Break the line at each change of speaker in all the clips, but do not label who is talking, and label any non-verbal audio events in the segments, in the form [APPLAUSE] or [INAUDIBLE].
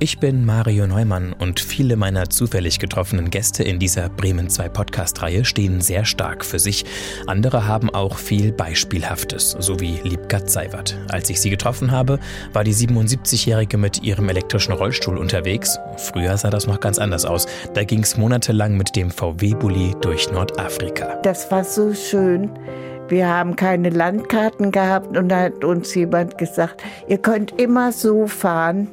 Ich bin Mario Neumann und viele meiner zufällig getroffenen Gäste in dieser Bremen 2 Podcast-Reihe stehen sehr stark für sich. Andere haben auch viel Beispielhaftes, so wie Liebgard Seiwert. Als ich sie getroffen habe, war die 77-Jährige mit ihrem elektrischen Rollstuhl unterwegs. Früher sah das noch ganz anders aus. Da ging es monatelang mit dem VW-Bulli durch Nordafrika.
Das war so schön. Wir haben keine Landkarten gehabt und da hat uns jemand gesagt, ihr könnt immer so fahren,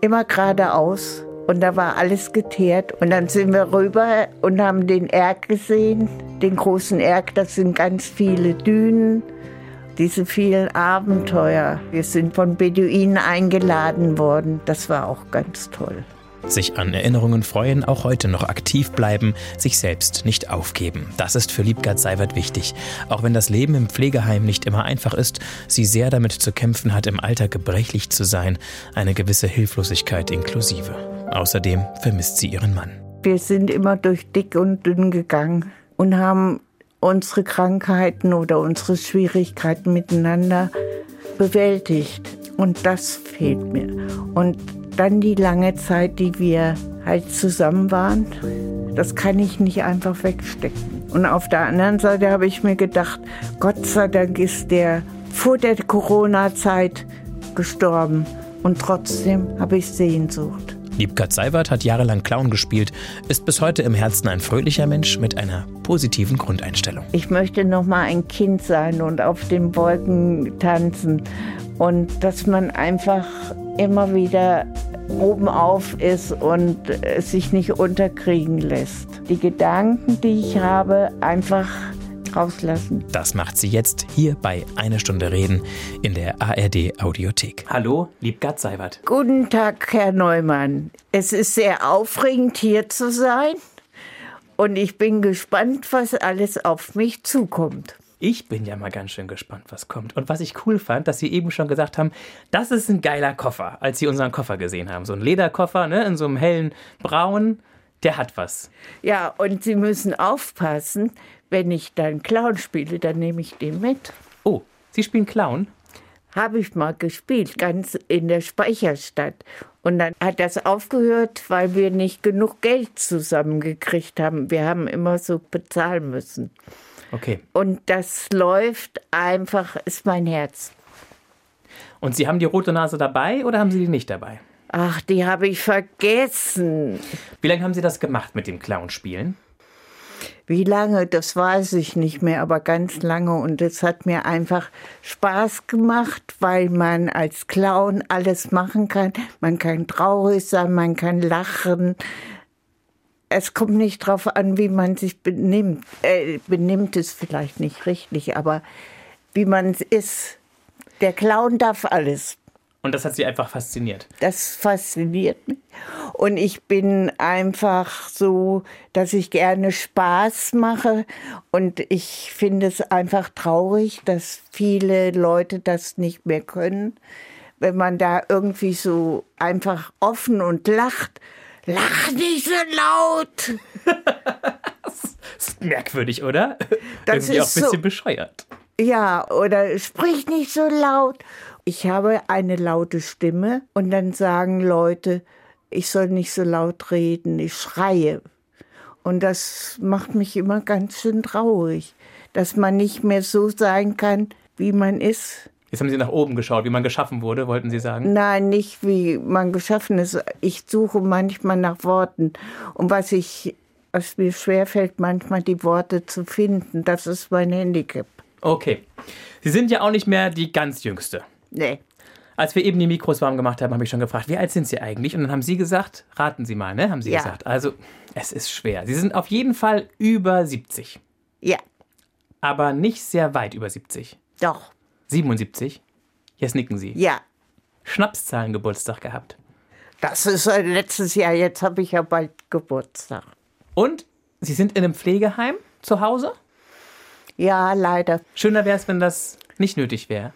immer geradeaus. Und da war alles geteert. Und dann sind wir rüber und haben den Erg gesehen, den großen Erg. Das sind ganz viele Dünen, diese vielen Abenteuer. Wir sind von Beduinen eingeladen worden. Das war auch ganz toll.
Sich an Erinnerungen freuen, auch heute noch aktiv bleiben, sich selbst nicht aufgeben. Das ist für Liebgard Seiwert wichtig. Auch wenn das Leben im Pflegeheim nicht immer einfach ist, sie sehr damit zu kämpfen hat, im Alter gebrechlich zu sein, eine gewisse Hilflosigkeit inklusive. Außerdem vermisst sie ihren Mann.
Wir sind immer durch dick und dünn gegangen und haben unsere Krankheiten oder unsere Schwierigkeiten miteinander bewältigt. Und das fehlt mir. Und dann die lange Zeit, die wir halt zusammen waren, das kann ich nicht einfach wegstecken. Und auf der anderen Seite habe ich mir gedacht, Gott sei Dank ist der vor der Corona-Zeit gestorben. Und trotzdem habe ich Sehnsucht.
Liebgard Seiwert hat jahrelang Clown gespielt, ist bis heute im Herzen ein fröhlicher Mensch mit einer positiven Grundeinstellung.
Ich möchte noch mal ein Kind sein und auf den Wolken tanzen und dass man einfach immer wieder oben auf ist und äh, sich nicht unterkriegen lässt. Die Gedanken, die ich habe, einfach rauslassen.
Das macht sie jetzt hier bei Eine Stunde Reden in der ARD Audiothek.
Hallo, Liebgard Seibert.
Guten Tag, Herr Neumann. Es ist sehr aufregend, hier zu sein. Und ich bin gespannt, was alles auf mich zukommt.
Ich bin ja mal ganz schön gespannt, was kommt. Und was ich cool fand, dass Sie eben schon gesagt haben, das ist ein geiler Koffer, als Sie unseren Koffer gesehen haben. So ein Lederkoffer, ne, in so einem hellen Braun, der hat was.
Ja, und Sie müssen aufpassen, wenn ich dann Clown spiele, dann nehme ich den mit.
Oh, Sie spielen Clown?
Habe ich mal gespielt, ganz in der Speicherstadt. Und dann hat das aufgehört, weil wir nicht genug Geld zusammengekriegt haben. Wir haben immer so bezahlen müssen.
Okay.
Und das läuft einfach, ist mein Herz.
Und Sie haben die rote Nase dabei oder haben Sie die nicht dabei?
Ach, die habe ich vergessen.
Wie lange haben Sie das gemacht mit dem Clownspielen?
Wie lange, das weiß ich nicht mehr, aber ganz lange. Und es hat mir einfach Spaß gemacht, weil man als Clown alles machen kann. Man kann traurig sein, man kann lachen es kommt nicht drauf an, wie man sich benimmt. Äh, benimmt ist vielleicht nicht richtig, aber wie man ist. Der Clown darf alles.
Und das hat sie einfach fasziniert.
Das fasziniert mich. Und ich bin einfach so, dass ich gerne Spaß mache. Und ich finde es einfach traurig, dass viele Leute das nicht mehr können. Wenn man da irgendwie so einfach offen und lacht, Lach nicht so laut!
das ist merkwürdig, oder? [LAUGHS] Das Irgendwie auch ein bisschen so, bescheuert.
Ja, oder sprich nicht so laut. Ich habe eine laute Stimme und dann sagen Leute, ich soll nicht so laut reden, ich schreie. Und das macht mich immer ganz schön traurig, dass man nicht mehr so sein kann, wie man ist.
Jetzt haben Sie nach oben geschaut, wie man geschaffen wurde, wollten Sie sagen?
Nein, nicht wie man geschaffen ist. Ich suche manchmal nach Worten. Und was ich, was mir schwerfällt, manchmal die Worte zu finden, das ist mein Handicap.
Okay. Sie sind ja auch nicht mehr die ganz Jüngste.
Nee.
Als wir eben die Mikros warm gemacht haben, habe ich schon gefragt, wie alt sind Sie eigentlich? Und dann haben Sie gesagt, raten Sie mal, ne? Haben Sie
ja.
gesagt. Also, es ist schwer. Sie sind auf jeden Fall über 70.
Ja.
Aber nicht sehr weit über 70.
Doch.
77. Jetzt nicken Sie.
Ja.
Schnapszahlengeburtstag gehabt.
Das ist äh, letztes Jahr, jetzt habe ich ja bald Geburtstag.
Und Sie sind in einem Pflegeheim zu Hause?
Ja, leider.
Schöner wäre es, wenn das nicht nötig wäre.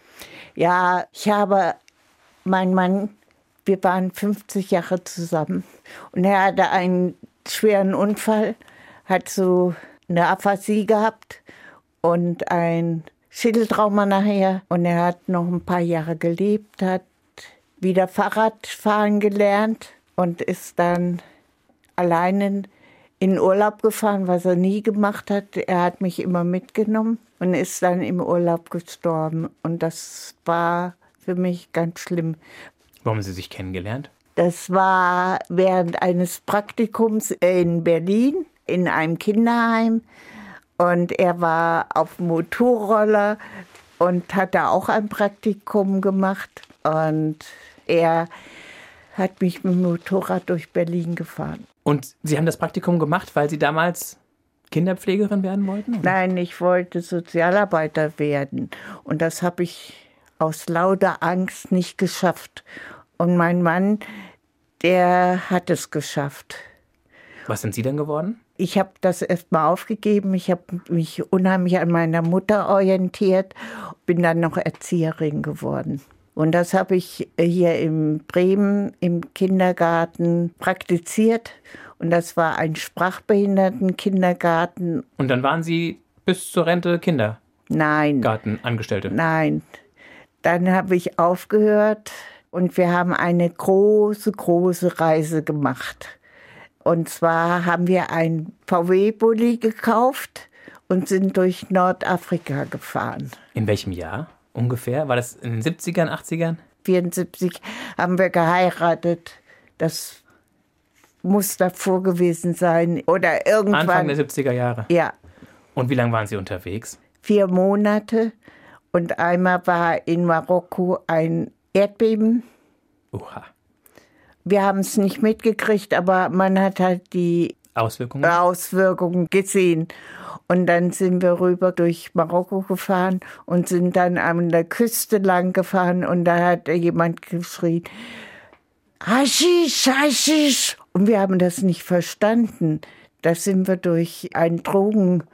Ja, ich habe meinen Mann, wir waren 50 Jahre zusammen. Und er hatte einen schweren Unfall, hat so eine Aphasie gehabt und ein Schädeltrauma nachher und er hat noch ein paar Jahre gelebt, hat wieder Fahrradfahren gelernt und ist dann alleine in Urlaub gefahren, was er nie gemacht hat. Er hat mich immer mitgenommen und ist dann im Urlaub gestorben. Und das war für mich ganz schlimm.
Warum haben Sie sich kennengelernt?
Das war während eines Praktikums in Berlin in einem Kinderheim und er war auf dem Motorroller und hat da auch ein Praktikum gemacht und er hat mich mit dem Motorrad durch Berlin gefahren.
Und Sie haben das Praktikum gemacht, weil Sie damals Kinderpflegerin werden wollten? oder?
Nein, ich wollte Sozialarbeiter werden und das habe ich aus lauter Angst nicht geschafft. Und mein Mann, der hat es geschafft.
Was sind Sie dann geworden?
ich habe das erstmal aufgegeben. Ich habe mich unheimlich an meiner Mutter orientiert, bin dann noch Erzieherin geworden. Und das habe ich äh, hier in Bremen im Kindergarten praktiziert. Und das war ein Sprachbehindertenkindergarten.
Und dann waren Sie bis zur Rente Kindergartenangestellte.
Nein, nein. Dann habe ich aufgehört und wir haben eine große, große Reise gemacht. Und zwar haben wir einen VW-Bulli gekauft und sind durch Nordafrika gefahren.
In welchem Jahr ungefähr? War das in den 70ern, 80ern?
1974 haben wir geheiratet. Das muss davor gewesen sein oder irgendwann.
Anfang der 70er Jahre.
ja,
Und wie lange waren Sie unterwegs?
vier Monate. Und einmal war in Marokko ein Erdbeben.
Oha.
Wir haben es nicht mitgekriegt, aber man hat halt die
Auswirkungen?
Auswirkungen gesehen. Und dann sind wir rüber durch Marokko gefahren und sind dann an der Küste lang gefahren und da hat jemand geschrien, Haschisch, Haschisch. Und wir haben das nicht verstanden. Da sind wir durch einen Drogen,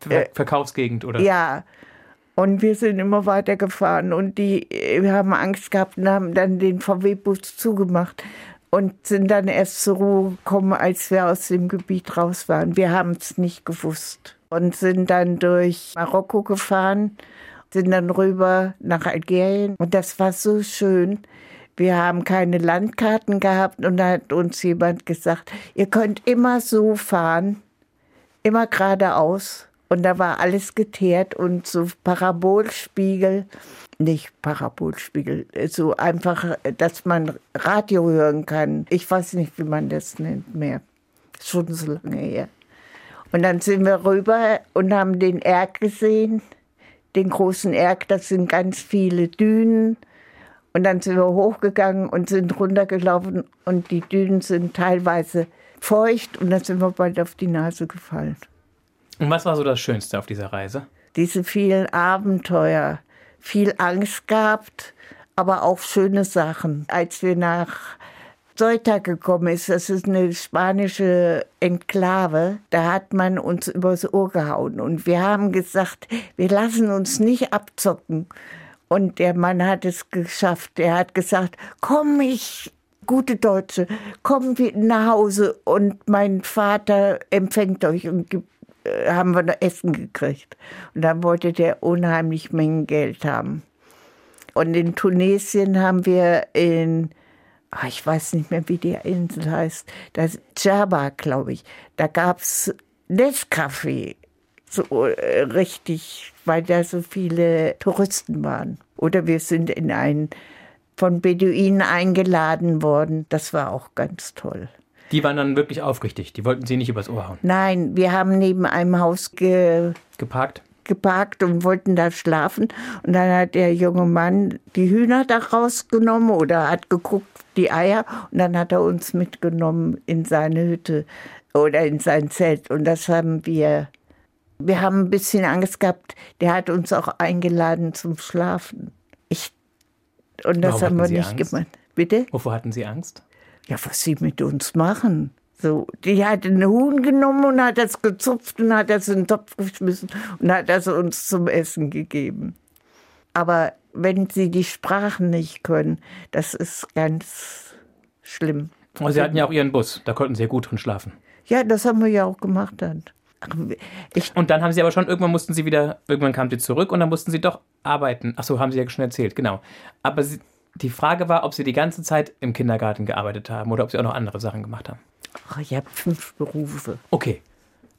Ver Verkaufsgegend oder?
ja. Und wir sind immer weitergefahren und die, wir haben Angst gehabt und haben dann den VW-Bus zugemacht und sind dann erst zur Ruhe gekommen, als wir aus dem Gebiet raus waren. Wir haben es nicht gewusst und sind dann durch Marokko gefahren, sind dann rüber nach Algerien und das war so schön. Wir haben keine Landkarten gehabt und da hat uns jemand gesagt, ihr könnt immer so fahren, immer geradeaus und da war alles geteert und so Parabolspiegel, nicht Parabolspiegel, so einfach, dass man Radio hören kann. Ich weiß nicht, wie man das nennt mehr. Schon so lange her. Und dann sind wir rüber und haben den Erg gesehen, den großen Erg, das sind ganz viele Dünen. Und dann sind wir hochgegangen und sind runtergelaufen und die Dünen sind teilweise feucht und dann sind wir bald auf die Nase gefallen
Und was war so das Schönste auf dieser Reise?
diese vielen Abenteuer, viel Angst gehabt, aber auch schöne Sachen. Als wir nach Ceuta gekommen ist, das ist eine spanische Enklave, da hat man uns übers Ohr gehauen und wir haben gesagt, wir lassen uns nicht abzocken. Und der Mann hat es geschafft. Er hat gesagt, komm, ich, gute Deutsche, komm wir nach Hause und mein Vater empfängt euch und gibt, äh, haben wir noch Essen gekriegt. Und dann wollte der unheimlich Mengen Geld haben. Und in Tunesien haben wir in, ah, ich weiß nicht mehr, wie die Insel heißt, das Djerba, glaube ich, da gab es Nescafé, so äh, richtig, weil da so viele Touristen waren. Oder wir sind in ein, von Beduinen eingeladen worden. Das war auch ganz toll.
Die waren dann wirklich aufrichtig. Die wollten Sie nicht übers Ohr hauen.
Nein, wir haben neben einem Haus ge
Geparkt?
geparkt und wollten da schlafen. Und dann hat der junge Mann die Hühner da rausgenommen oder hat geguckt, die Eier. Und dann hat er uns mitgenommen in seine Hütte oder in sein Zelt. Und das haben wir, wir haben ein bisschen Angst gehabt. Der hat uns auch eingeladen zum Schlafen. Ich, und
Warum
das
hatten
haben wir
Sie
nicht
Angst?
gemacht. Bitte?
Wovor hatten Sie Angst?
ja, was sie mit uns machen. So, die hat ein Huhn genommen und hat das gezupft und hat das in den Topf geschmissen und hat das uns zum Essen gegeben. Aber wenn sie die Sprachen nicht können, das ist ganz schlimm.
Und Sie hatten ja auch Ihren Bus. Da konnten Sie ja gut drin schlafen.
Ja, das haben wir ja auch gemacht dann. Ach, Ich,
Und dann haben Sie aber schon, irgendwann mussten Sie wieder, irgendwann kamen Sie zurück und dann mussten Sie doch arbeiten. Achso, haben Sie ja schon erzählt, genau. Aber Sie, Die Frage war, ob sie die ganze Zeit im Kindergarten gearbeitet haben oder ob sie auch noch andere Sachen gemacht haben.
Ach, ich habe fünf Berufe.
Okay.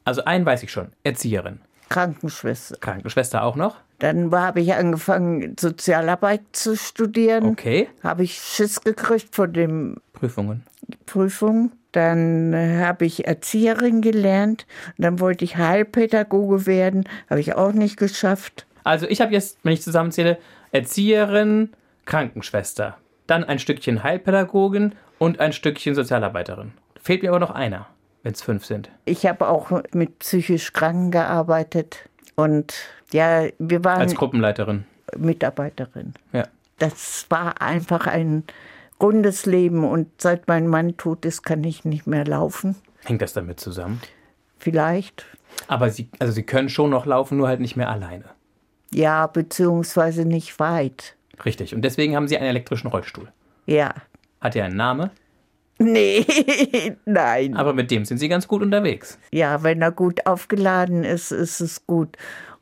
Also einen weiß ich schon. Erzieherin.
Krankenschwester.
Krankenschwester auch noch.
Dann habe ich angefangen, Sozialarbeit zu studieren.
Okay.
Habe ich Schiss gekriegt vor den
Prüfungen.
Prüfungen. Dann äh, habe ich Erzieherin gelernt. Dann wollte ich Heilpädagoge werden. Habe ich auch nicht geschafft.
Also ich habe jetzt, wenn ich zusammenzähle, Erzieherin, Krankenschwester, dann ein Stückchen Heilpädagogin und ein Stückchen Sozialarbeiterin. Fehlt mir aber noch einer, wenn es fünf sind.
Ich habe auch mit psychisch Kranken gearbeitet. Und ja, wir waren
Als Gruppenleiterin.
Mitarbeiterin.
Ja.
Das war einfach ein rundes Leben. Und seit mein Mann tot ist, kann ich nicht mehr laufen.
Hängt das damit zusammen?
Vielleicht.
Aber sie, also sie können schon noch laufen, nur halt nicht mehr alleine.
Ja, beziehungsweise nicht weit.
Richtig. Und deswegen haben sie einen elektrischen Rollstuhl.
Ja. [LAUGHS]
Hat ja einen Namen,
Nee, nein.
aber mit dem sind sie ganz gut unterwegs.
Ja, wenn er gut aufgeladen ist, ist es gut.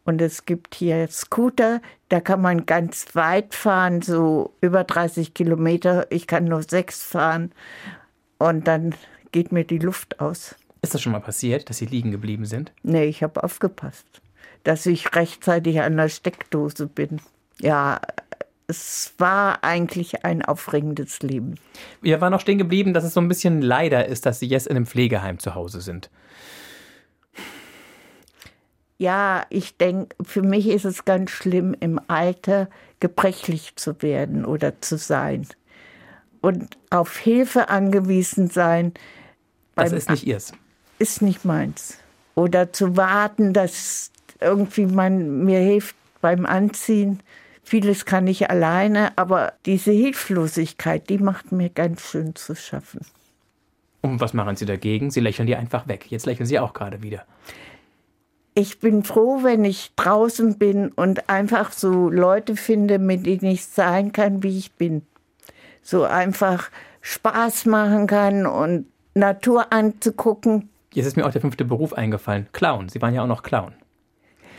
Und es gibt hier Scooter, da kann man ganz weit fahren, so über 30 Kilometer. Ich kann nur sechs fahren und dann geht mir die Luft aus.
Ist das schon mal passiert, dass sie liegen geblieben sind?
Nee, ich habe aufgepasst, dass ich rechtzeitig an der Steckdose bin. Ja, es war eigentlich ein aufregendes Leben.
Wir waren noch stehen geblieben, dass es so ein bisschen leider ist, dass sie jetzt in einem Pflegeheim zu Hause sind.
Ja, ich denke, für mich ist es ganz schlimm, im Alter gebrechlich zu werden oder zu sein. Und auf Hilfe angewiesen sein
Das
Beim
ist nicht ihrs.
ist nicht meins. Oder zu warten, dass irgendwie man mir hilft beim Anziehen. Vieles kann ich alleine, aber diese Hilflosigkeit, die macht mir ganz schön zu schaffen.
Und was machen sie dagegen? Sie lächeln die einfach weg. Jetzt lächeln sie auch gerade wieder.
Ich bin froh, wenn ich draußen bin und einfach so Leute finde, mit denen ich sein kann, wie ich bin. So einfach Spaß machen kann und Natur anzugucken.
Jetzt ist mir auch der fünfte Beruf eingefallen. Clown. Sie waren ja auch noch Clown.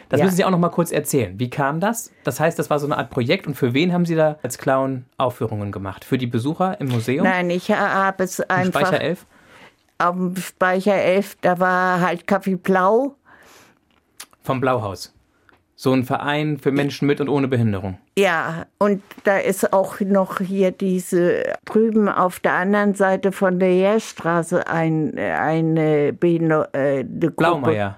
Das
Ja.
müssen Sie auch noch mal kurz erzählen. Wie kam das? Das heißt, das war so eine Art Projekt. Und für wen haben Sie da als Clown Aufführungen gemacht? Für die Besucher im Museum?
Nein, ich habe es
Im
einfach
Speicher 11?
auf dem Speicher 11, da war halt Kaffee Blau.
Vom Blauhaus. So ein Verein für Menschen mit und ohne Behinderung.
Ja, und da ist auch noch hier diese drüben auf der anderen Seite von der Heerstraße ein, eine behinderte äh, eine Gruppe.
Blaumeier.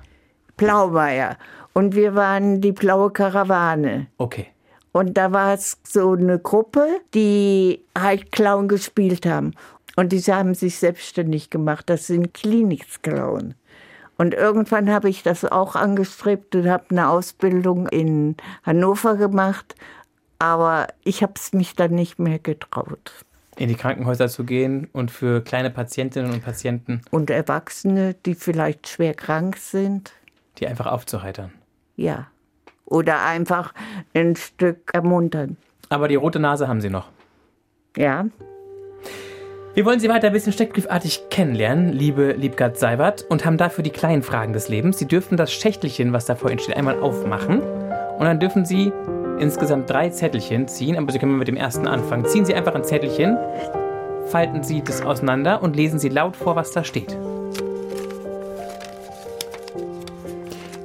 Blaumeier. Und wir waren die blaue Karawane.
Okay.
Und da war es so eine Gruppe, die halt Clown gespielt haben. Und die haben sich selbstständig gemacht. Das sind Klinik-Clown. Und irgendwann habe ich das auch angestrebt und habe eine Ausbildung in Hannover gemacht. Aber ich habe es mich dann nicht mehr getraut.
In die Krankenhäuser zu gehen und für kleine Patientinnen und Patienten,
Und Erwachsene, die vielleicht schwer krank sind,
die einfach aufzuheitern.
ja. Oder einfach ein Stück ermuntern.
Aber die rote Nase haben Sie noch.
Ja,
Wir wollen Sie weiter ein bisschen steckbriefartig kennenlernen, liebe Liebgard Seibert, und haben dafür die kleinen Fragen des Lebens. Sie dürfen das Schächtelchen, was da vor Ihnen steht, einmal aufmachen. Und dann dürfen Sie insgesamt drei Zettelchen ziehen, aber Sie können mit dem ersten anfangen. Ziehen Sie einfach ein Zettelchen, falten Sie das auseinander und lesen Sie laut vor, was da steht.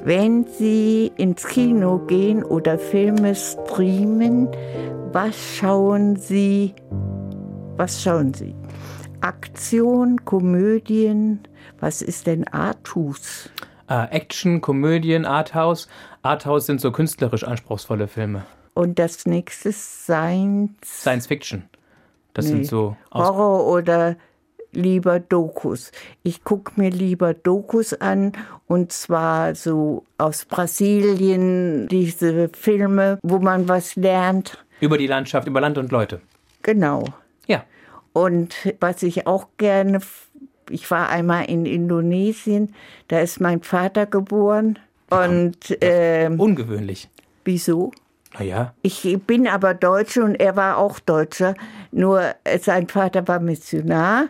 Wenn Sie ins Kino gehen oder Filme streamen, was schauen Sie? Was schauen Sie? Aktion, Komödien, was ist denn Artus?
Äh, Action, Komödien, Arthouse. Arthouse sind so künstlerisch anspruchsvolle Filme.
Und das nächste ist Science,
Science Fiction. Das sind so aus
Horror oder lieber Dokus. Ich gucke mir lieber Dokus an und zwar so aus Brasilien, diese Filme, wo man was lernt.
über die Landschaft, über Land und Leute.
Genau.
Ja.
Und was ich auch gerne, ich war einmal in Indonesien, da ist mein Vater geboren. Und ähm,
Ungewöhnlich.
wieso?
Naja,
Ich bin aber Deutsche und er war auch Deutscher. Nur äh, sein Vater war Missionar.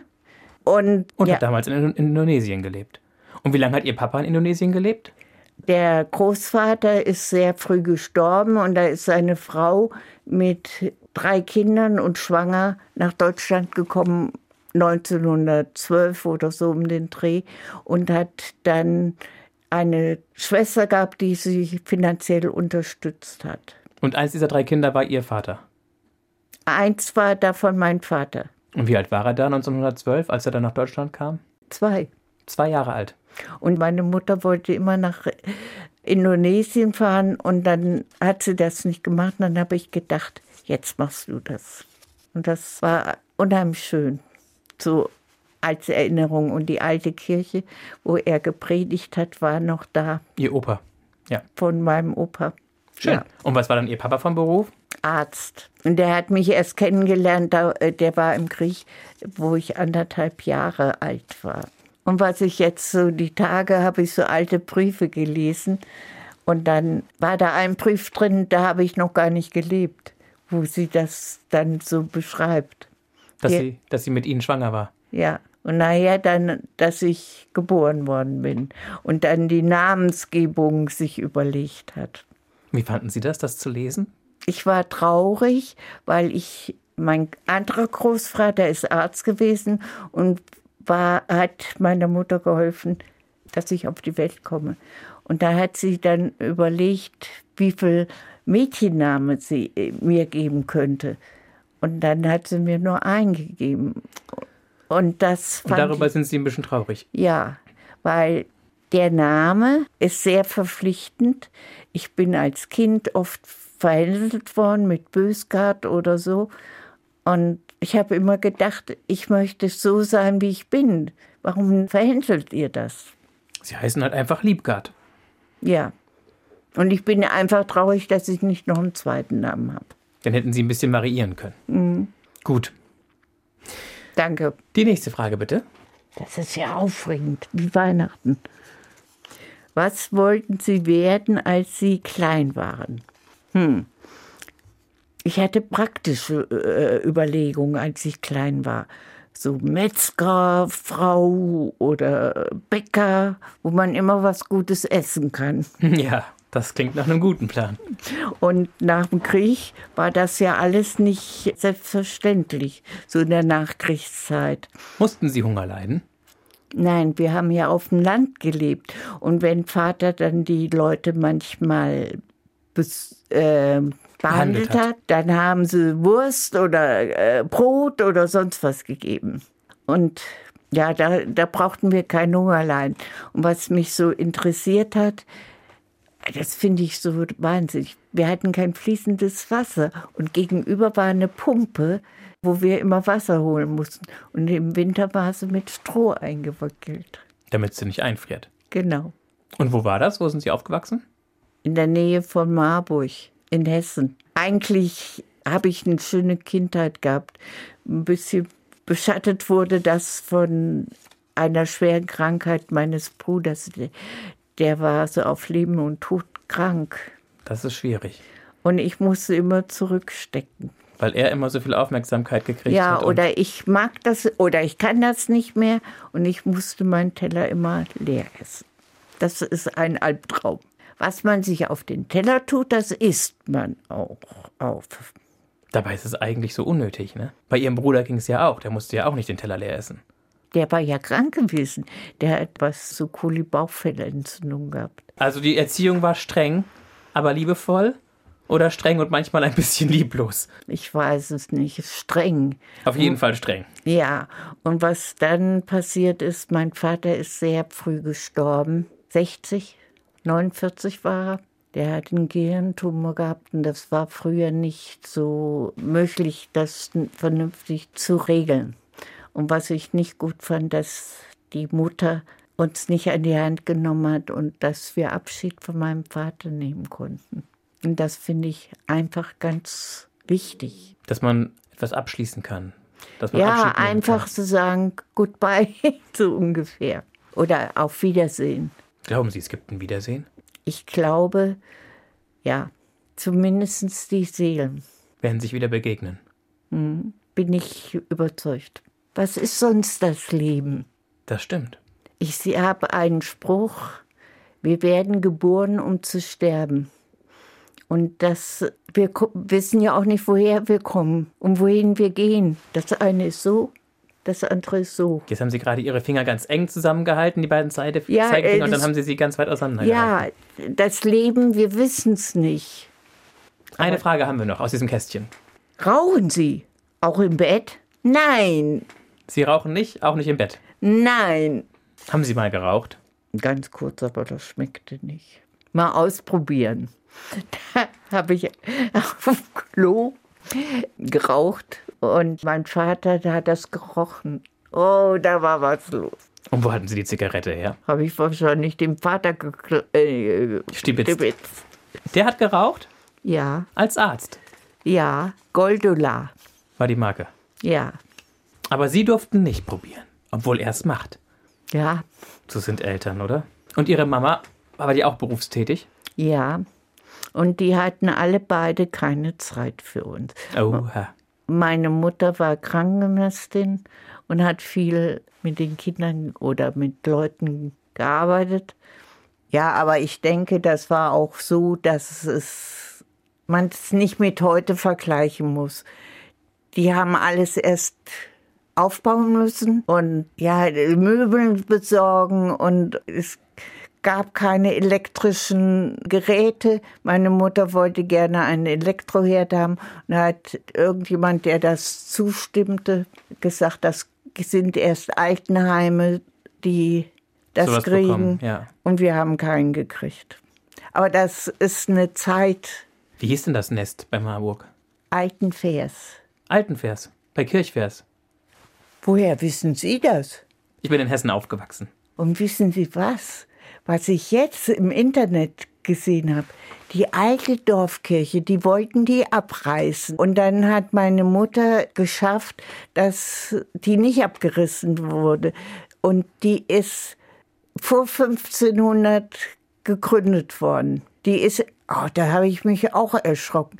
Und,
Und
ja,
hat damals in Indo- Indonesien gelebt. Und wie lange hat Ihr Papa in Indonesien gelebt?
der Großvater ist sehr früh gestorben und da ist seine Frau mit drei Kindern und schwanger nach Deutschland gekommen, 1912 oder so um den Dreh, und hat dann eine Schwester gehabt, die sie finanziell unterstützt hat.
Und eins dieser drei Kinder war ihr Vater.
Eins war davon mein Vater,
Und wie alt war er da 1912, als er dann nach Deutschland kam?
zwei.
Zwei Jahre alt.
Und meine Mutter wollte immer nach Indonesien fahren und dann hat sie das nicht gemacht. Dann habe ich gedacht, jetzt machst du das. Und das war unheimlich schön, so als Erinnerung. Und die alte Kirche, wo er gepredigt hat, war noch da
Ihr Opa. Ja,
von meinem Opa.
schön.
Ja.
Und was war dann ihr Papa von Beruf?
Arzt. Und der hat mich erst kennengelernt, da, äh, der war im Krieg, wo ich anderthalb Jahre alt war. Und was ich jetzt so die Tage habe ich so alte Briefe gelesen und dann war da ein Brief drin, da habe ich noch gar nicht gelebt, wo sie das dann so beschreibt.
Dass,
Ja.
sie, dass sie mit ihnen schwanger war.
Ja. Und nachher dann, dass ich geboren worden bin und dann die Namensgebung sich überlegt hat.
Wie fanden Sie das, das zu lesen?
ich war traurig, weil ich mein anderer Großvater ist Arzt gewesen und war, hat meiner Mutter geholfen, dass ich auf die Welt komme. Und da hat sie dann überlegt, wie viel Mädchenname sie äh, mir geben könnte. Und dann hat sie mir nur einen gegeben. Und das
Und
fand
darüber
ich,
sind Sie ein bisschen traurig.
ja, weil der Name ist sehr verpflichtend. Ich bin als Kind oft verhändelt worden mit Bösgard oder so. Und ich habe immer gedacht, ich möchte so sein, wie ich bin. Warum verhändelt ihr das?
Sie heißen halt einfach Liebgard.
Ja. Und ich bin einfach traurig, dass ich nicht noch einen zweiten Namen habe.
Dann hätten Sie ein bisschen variieren können.
Mhm.
Gut.
Danke.
Die nächste Frage bitte.
Das ist ja aufregend, wie Weihnachten. Was wollten Sie werden, als Sie klein waren? Hm. Ich hatte praktische äh, Überlegungen, als ich klein war. So Metzger, Frau oder Bäcker, wo man immer was Gutes essen kann.
Ja, das klingt nach einem guten Plan.
Und nach dem Krieg war das ja alles nicht selbstverständlich, so in der Nachkriegszeit.
Mussten Sie Hunger leiden?
Nein, wir haben ja auf dem Land gelebt. Und wenn Vater dann die Leute manchmal bes, äh, behandelt
hat.
hat. dann haben sie Wurst oder äh, Brot oder sonst was gegeben. Und ja, da, da brauchten wir kein Hungerlein. Und was mich so interessiert hat, das finde ich so wahnsinnig. Wir hatten kein fließendes Wasser und gegenüber war eine Pumpe, wo wir immer Wasser holen mussten. Und im Winter war sie mit Stroh eingewickelt.
Damit sie nicht einfriert.
Genau.
Und wo war das? Wo sind Sie aufgewachsen?
In der Nähe von Marburg in Hessen. Eigentlich habe ich eine schöne Kindheit gehabt. Ein bisschen beschattet wurde das von einer schweren Krankheit meines Bruders. Der war so auf Leben und Tod krank.
Das ist schwierig.
Und ich musste immer zurückstecken.
Weil er immer so viel Aufmerksamkeit gekriegt
Ja,
hat. und-
oder ich mag das oder ich kann das nicht mehr und ich musste meinen Teller immer leer essen. Das ist ein Albtraum. Was man sich auf den Teller tut, das isst man auch auf.
Dabei ist es eigentlich so unnötig, ne? Bei ihrem Bruder ging es ja auch. Der musste ja auch nicht den Teller leer essen.
Der war ja krank gewesen. Der hat was zu Kohlibauchfellentzündung gehabt.
Also die Erziehung war streng, aber liebevoll. Oder streng und manchmal ein bisschen lieblos.
Ich weiß es nicht. Streng.
Auf
Hm.
jeden Fall streng.
Ja, und was dann passiert ist, mein Vater ist sehr früh gestorben. 60, 49 war er. Der hat einen Gehirntumor gehabt und das war früher nicht so möglich, das vernünftig zu regeln. Und was ich nicht gut fand, dass die Mutter uns nicht an die Hand genommen hat und dass wir Abschied von meinem Vater nehmen konnten. Und das finde ich einfach ganz wichtig.
Dass man etwas abschließen kann. Dass man
Ja,
Abschied nehmen
einfach zu sagen, goodbye, [LAUGHS] so ungefähr. Oder auf Wiedersehen.
Kann. Glauben Sie, es gibt ein Wiedersehen?
Ich glaube, ja, zumindest die Seelen,
Werden sich wieder begegnen.
bin ich überzeugt. Was ist sonst das Leben?
Das stimmt.
Ich habe einen Spruch, wir werden geboren, um zu sterben. Und das, wir ko- wissen ja auch nicht, woher wir kommen und wohin wir gehen. Das eine ist so, das andere ist so.
Jetzt haben Sie gerade Ihre Finger ganz eng zusammengehalten, die beiden Seite,
Ja,
Zeigefinger,
äh,
und dann
das-
haben Sie sie ganz weit auseinander. gehalten.
Ja, das Leben, wir wissen es nicht.
Eine Frage haben wir noch aus diesem Kästchen.
Rauchen Sie? Auch im Bett? Nein,
Sie rauchen nicht, auch nicht im Bett.
nein.
Haben Sie mal geraucht?
Ganz kurz, aber das schmeckte nicht. Mal ausprobieren. [LAUGHS] Da habe ich auf dem Klo geraucht und mein Vater, der hat das gerochen. Oh, da war was los.
Und wo hatten Sie die Zigarette her?
Habe ich wahrscheinlich dem Vater gekl- äh,
Stibitz.
gestibitzt.
Der hat geraucht
Ja,
als Arzt,
ja, Goldola.
war die Marke.
Ja,
Aber Sie durften nicht probieren, obwohl er es macht.
ja,
So sind Eltern, oder? Und Ihre Mama, war die auch berufstätig?
ja. Und die hatten alle beide keine Zeit für uns.
Oha.
Meine Mutter war Krankenschwester und hat viel mit den Kindern oder mit Leuten gearbeitet. Ja, aber ich denke, das war auch so, dass es man es nicht mit heute vergleichen muss. Die haben alles erst aufbauen müssen und ja, Möbel besorgen und es gab keine elektrischen Geräte. Meine Mutter wollte gerne einen Elektroherd haben und da hat irgendjemand, der das zustimmte, gesagt, das sind erst Altenheime, die das
Sowas
kriegen.
bekommen, ja.
Und wir haben keinen gekriegt. Aber das ist eine Zeit
Wie hieß denn das Nest bei Marburg?
alten Vers.
Altenvers, bei Kirchvers.
Woher wissen Sie das?
Ich bin in Hessen aufgewachsen.
Und wissen Sie was? Was ich jetzt im Internet gesehen habe, die alte Dorfkirche, die wollten die abreißen. Und dann hat meine Mutter geschafft, dass die nicht abgerissen wurde. Und die ist vor 1500 gegründet worden. Die ist, oh, da habe ich mich auch erschrocken.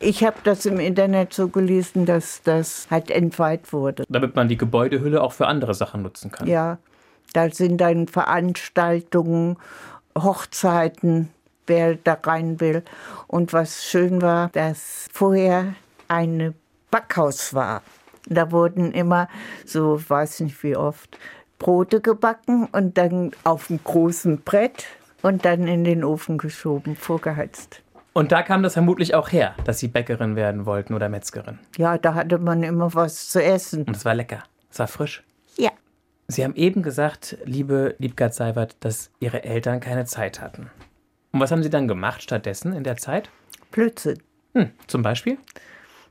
Ich habe das im Internet so gelesen, dass das halt entweiht wurde.
Damit man die Gebäudehülle auch für andere Sachen nutzen kann.
Ja, da sind dann Veranstaltungen, Hochzeiten, wer da rein will. Und was schön war, dass vorher ein Backhaus war. Da wurden immer so, weiß nicht wie oft, Brote gebacken und dann auf dem großen Brett und dann in den Ofen geschoben, vorgeheizt.
Und da kam das vermutlich auch her, dass Sie Bäckerin werden wollten oder Metzgerin.
Ja, da hatte man immer was zu essen.
Und es war lecker. Es war frisch.
Ja.
Sie haben eben gesagt, liebe Liebgard Seibert, dass Ihre Eltern keine Zeit hatten. Und was haben Sie dann gemacht stattdessen in der Zeit?
Blödsinn.
Hm, zum Beispiel?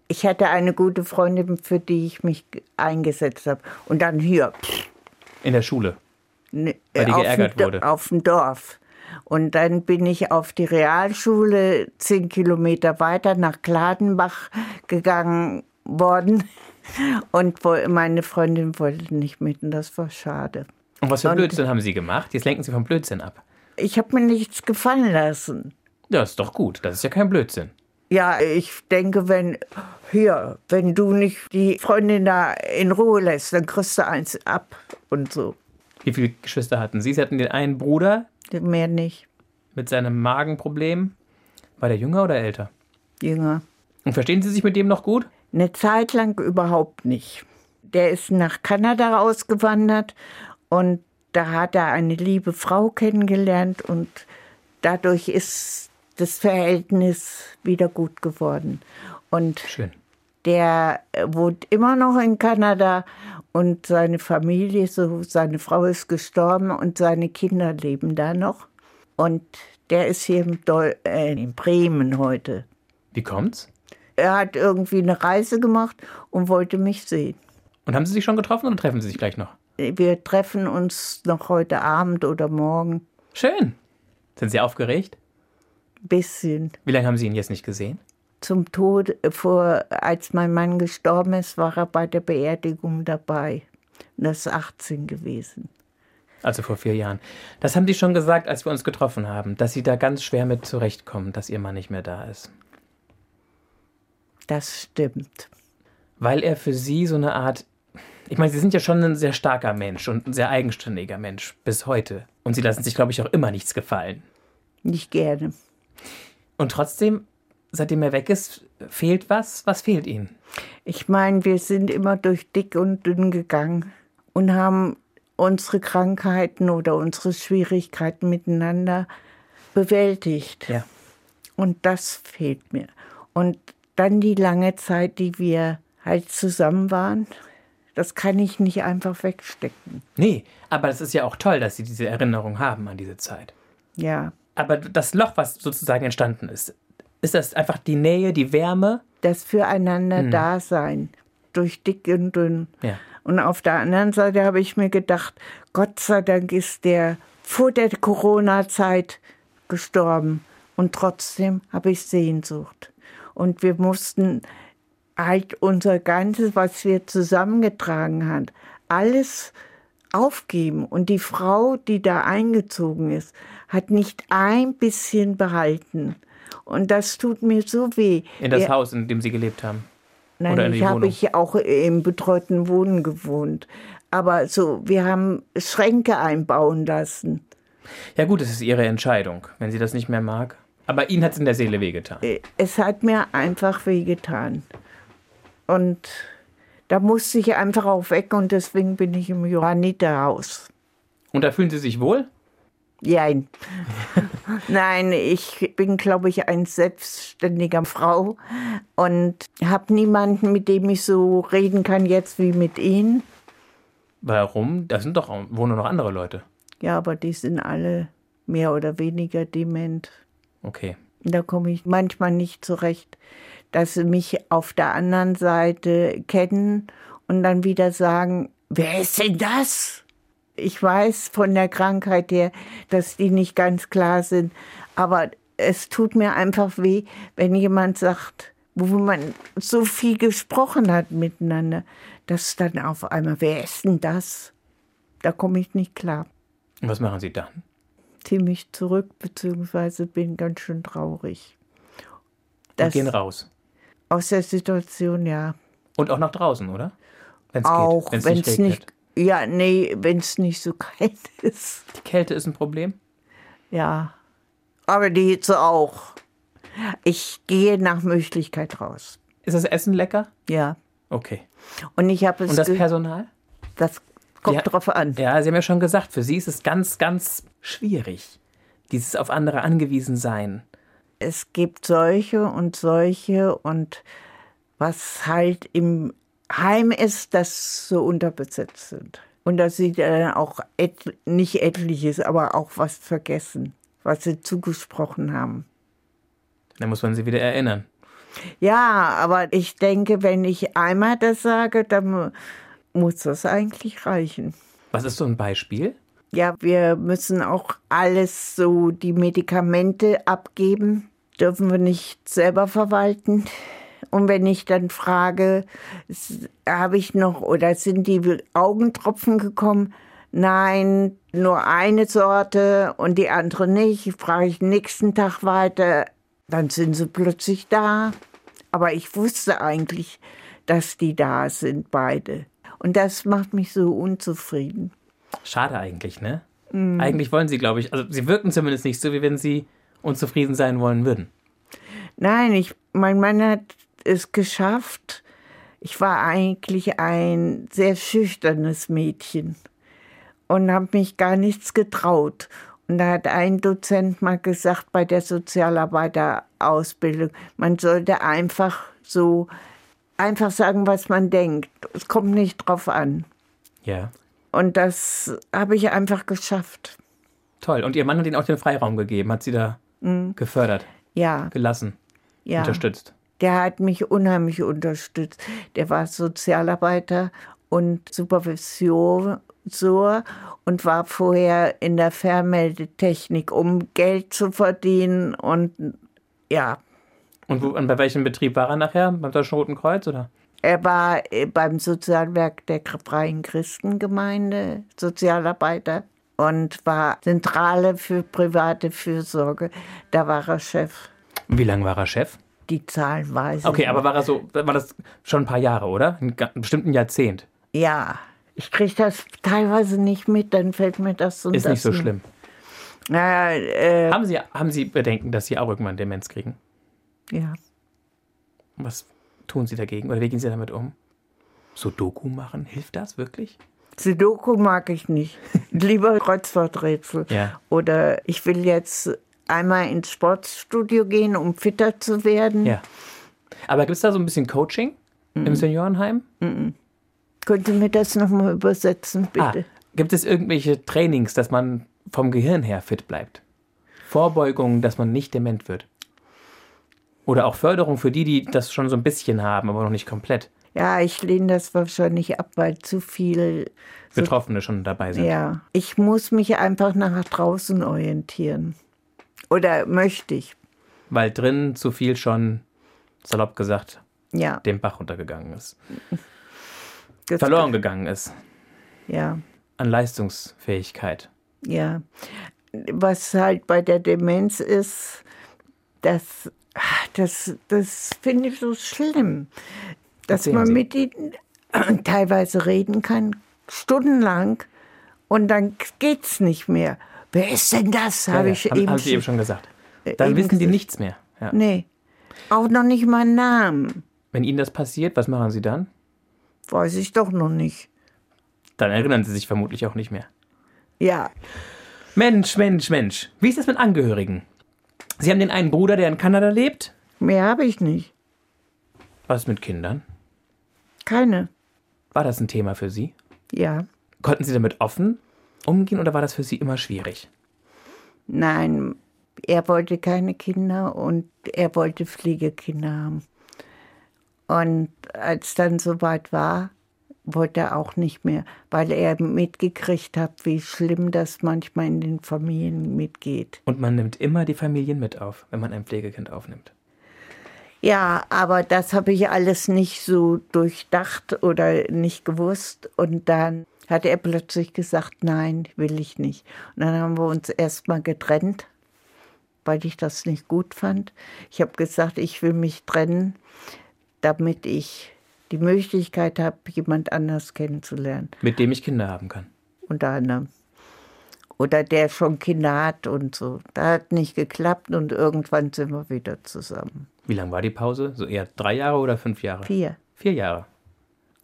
ich hatte eine gute Freundin, für die ich mich ge- eingesetzt habe. Und dann hier, pff,
In der Schule.
ne,
Weil die
auf,
geärgert
dem, Do-
wurde.
auf dem Dorf. Und dann bin ich auf die Realschule zehn Kilometer weiter nach Gladenbach gegangen worden. Und wo- meine Freundin wollte nicht mit und das war schade.
Und was für
Und-
Blödsinn haben Sie gemacht? Jetzt lenken Sie vom Blödsinn ab.
Ich habe mir nichts gefallen lassen.
Ja, ist doch gut. Das ist ja kein Blödsinn.
Ja, ich denke, wenn hier, wenn du nicht die Freundin da in Ruhe lässt, dann kriegst du eins ab und so.
Wie viele Geschwister hatten Sie? Sie hatten den einen Bruder
Mehr nicht.
mit seinem Magenproblem. War der jünger oder älter?
Jünger.
Und verstehen Sie sich mit dem noch gut?
Eine Zeit lang überhaupt nicht. Der ist nach Kanada ausgewandert und da hat er eine liebe Frau kennengelernt und dadurch ist das Verhältnis wieder gut geworden. Und
Schön.
der äh, wohnt immer noch in Kanada und seine Familie, so seine Frau ist gestorben und seine Kinder leben da noch. Und der ist hier im Deu äh, in Bremen heute.
Wie kommt's?
er hat irgendwie eine Reise gemacht und wollte mich sehen.
Und haben Sie sich schon getroffen oder treffen Sie sich gleich noch?
Wir treffen uns noch heute Abend oder morgen.
Schön. Sind Sie aufgeregt?
Ein bisschen
Wie lange haben Sie ihn jetzt nicht gesehen?
zum Tod, äh, vor, als mein Mann gestorben ist, war er bei der Beerdigung dabei. Und Das ist 18 gewesen.
Also vor vier Jahren. Das haben Sie schon gesagt, als wir uns getroffen haben, dass Sie da ganz schwer mit zurechtkommen, dass Ihr Mann nicht mehr da ist.
Das stimmt.
Weil er für Sie so eine Art. Ich meine, Sie sind ja schon ein sehr starker Mensch und ein sehr eigenständiger Mensch bis heute. Und Sie lassen sich, glaube ich, auch immer nichts gefallen.
Nicht gerne.
Und trotzdem seitdem er weg ist, fehlt was? Was fehlt Ihnen?
Ich meine, wir sind immer durch dick und dünn gegangen und haben unsere Krankheiten oder unsere Schwierigkeiten miteinander bewältigt.
Ja.
Und das fehlt mir. Und dann die lange Zeit, die wir halt zusammen waren, das kann ich nicht einfach wegstecken.
Nee, aber das ist ja auch toll, dass Sie diese Erinnerung haben an diese Zeit.
Ja,
Aber das Loch, was sozusagen entstanden ist, ist das einfach die Nähe, die Wärme?
das füreinander Dasein durch dick und dünn.
Ja.
Und auf der anderen Seite habe ich mir gedacht, Gott sei Dank ist der vor der Corona-Zeit gestorben. Und trotzdem habe ich Sehnsucht. Und wir mussten halt unser Ganzes, was wir zusammengetragen haben, alles aufgeben. Und die Frau, die da eingezogen ist, hat nicht ein bisschen behalten. Und das tut mir so weh.
In das
Ja.
Haus, in dem Sie gelebt haben.
Nein,
Oder in
ich
die
habe
Wohnung?
ich auch im betreuten Wohnen gewohnt. Aber so, wir haben Schränke einbauen lassen.
Ja gut, es ist Ihre Entscheidung, wenn sie das nicht mehr mag. Aber Ihnen hat es in der Seele wehgetan.
Äh, Es hat mir einfach wehgetan. Und da musste ich einfach auch weg und deswegen bin ich im Johanniterhaus.
Und da fühlen Sie sich wohl?
Nein. [LAUGHS] Nein, ich bin, glaube ich, eine selbstständige Frau und habe niemanden, mit dem ich so reden kann jetzt wie mit Ihnen.
Warum? Da sind doch auch- wohnen noch andere Leute.
Ja, aber die sind alle mehr oder weniger dement.
Okay.
Da komme ich manchmal nicht zurecht, dass sie mich auf der anderen Seite kennen und dann wieder sagen, wer ist denn das? Ich weiß von der Krankheit her, dass die nicht ganz klar sind, aber es tut mir einfach weh, wenn jemand sagt, wo man so viel gesprochen hat miteinander, dass dann auf einmal, wer ist denn das? Da komme ich nicht klar.
Und was machen Sie dann?
Ziehe mich zurück, beziehungsweise bin ganz schön traurig.
Sie
Das-
gehen raus.
aus der Situation, ja.
Und auch nach draußen, oder? Wenn's
auch
wenn's
wenn es nicht,
regnet.
ja, nee, wenn es nicht so [LAUGHS] kalt ist.
Die Kälte ist ein Problem.
Ja. Aber die Hitze auch. Ich gehe nach Möglichkeit raus.
Ist das Essen lecker?
Ja.
Okay.
Und ich habe es.
Und das
ge-
Personal?
das kommt
Ja.
drauf an.
Ja, Sie haben ja schon gesagt, für Sie ist es ganz, ganz schwierig. Dieses auf andere angewiesen sein.
Es gibt solche und solche und was halt im Heim ist, dass so unterbesetzt sind. Und dass sie dann auch et nicht etliches, aber auch was vergessen, was sie zugesprochen haben.
Da muss man sie wieder erinnern.
Ja, aber ich denke, wenn ich einmal das sage, dann mu- muss das eigentlich reichen.
Was ist so ein Beispiel?
Ja, wir müssen auch alles so, die Medikamente abgeben, dürfen wir nicht selber verwalten. Und wenn ich dann frage, s- habe ich noch oder sind die Augentropfen gekommen? Nein, nur eine Sorte und die andere nicht. Frage ich nächsten Tag weiter, dann sind sie plötzlich da. Aber ich wusste eigentlich, dass die da sind, beide. Und das macht mich so unzufrieden.
Schade eigentlich, ne?
Mhm.
Eigentlich wollen sie, glaube ich, also sie wirken zumindest nicht so, wie wenn sie unzufrieden sein wollen würden.
Nein, ich, mein Mann hat es geschafft. Ich war eigentlich ein sehr schüchternes Mädchen und habe mich gar nichts getraut. Und da hat ein Dozent mal gesagt bei der Sozialarbeiterausbildung, man sollte einfach so einfach sagen, was man denkt. Es kommt nicht drauf an.
Ja.
Und das habe ich einfach geschafft.
Toll. Und ihr Mann hat ihnen auch den Freiraum gegeben, hat sie da gefördert,
Ja,
gelassen,
Mhm. ja.
unterstützt.
Der hat mich unheimlich unterstützt. Der war Sozialarbeiter und Supervisor und war vorher in der Fernmeldetechnik, um Geld zu verdienen. Und ja,
Und, wo, und bei welchem Betrieb war er nachher? Beim Deutschen Roten Kreuz oder?
er war äh, beim Sozialwerk der Freien Christengemeinde Sozialarbeiter und war Zentrale für private Fürsorge. Da war er Chef.
Und Wie lange war er Chef?
Die Zahlen weiß ich
Okay,
nicht.
aber war er so, war das schon ein paar Jahre, oder? Ein ga- ein bestimmten Jahrzehnt.
Ja, ich kriege das teilweise nicht mit, dann fällt mir das und
Ist
das
nicht so
ein.
schlimm.
Naja, äh,
Haben Sie, haben Sie Bedenken, dass Sie auch irgendwann Demenz kriegen?
Ja.
Was tun Sie dagegen oder wie gehen Sie damit um? Sudoku machen, hilft das wirklich?
Sudoku mag
[LAUGHS]
ich nicht. Lieber Kreuzworträtsel.
Ja.
Oder ich will jetzt einmal ins Sportstudio gehen, um fitter zu werden.
Ja. Aber gibt es da so ein bisschen Coaching
Mhm.
im Seniorenheim?
Könnt ihr mir das nochmal übersetzen,
Ah,
bitte?
gibt es irgendwelche Trainings, dass man vom Gehirn her fit bleibt? Vorbeugungen, dass man nicht dement wird? Oder auch Förderung für die, die das schon so ein bisschen haben, aber noch nicht komplett.
Ja, ich lehne das wahrscheinlich ab, weil zu viel.
Betroffene schon dabei sind.
Ja, ich muss mich einfach nach draußen orientieren. Oder möchte ich?
Weil drin zu viel schon, salopp gesagt,
Ja.
den Bach runtergegangen ist.
das-
Verloren gegangen ist
Ja,
an Leistungsfähigkeit.
ja. Was halt bei der Demenz ist, das, ah, das, das finde ich so schlimm, dass
Erzählen
man
Sie.
mit ihnen [CLEARS THROAT] teilweise reden kann, stundenlang, und dann geht's nicht mehr. Wer ist denn das? Habe
ja,
ich
haben,
eben,
haben Sie eben schon gesagt.
äh,
Dann
eben
wissen die
gesagt.
nichts mehr. Ja.
Nee, auch noch nicht meinen Namen.
Wenn Ihnen das passiert, was machen Sie dann?
Weiß ich doch noch nicht.
Dann erinnern Sie sich vermutlich auch nicht mehr.
Ja,
Mensch, Mensch, Mensch. Wie ist das mit Angehörigen? Sie haben den einen Bruder, der in Kanada lebt.
mehr habe ich nicht.
Was ist mit Kindern?
Keine.
War das ein Thema für Sie?
Ja.
Konnten Sie damit offen umgehen oder war das für Sie immer schwierig?
Nein, er wollte keine Kinder und er wollte Pflegekinder haben. Und als dann soweit war, wollte er auch nicht mehr, weil er mitgekriegt hat, wie schlimm das manchmal in den Familien mitgeht.
Und man nimmt immer die Familien mit auf, wenn man ein Pflegekind aufnimmt.
Ja, aber das habe ich alles nicht so durchdacht oder nicht gewusst. Und dann hat er plötzlich gesagt, nein, will ich nicht. Und dann haben wir uns erstmal getrennt, weil ich das nicht gut fand. Ich habe gesagt, ich will mich trennen, damit ich die Möglichkeit habe, jemand anders kennenzulernen.
Mit dem ich Kinder haben kann.
Unter anderem. Oder der schon Kinder hat und so. Da hat nicht geklappt und irgendwann sind wir wieder zusammen.
Wie lang war die Pause? So eher drei Jahre oder fünf Jahre?
Vier.
Vier Jahre.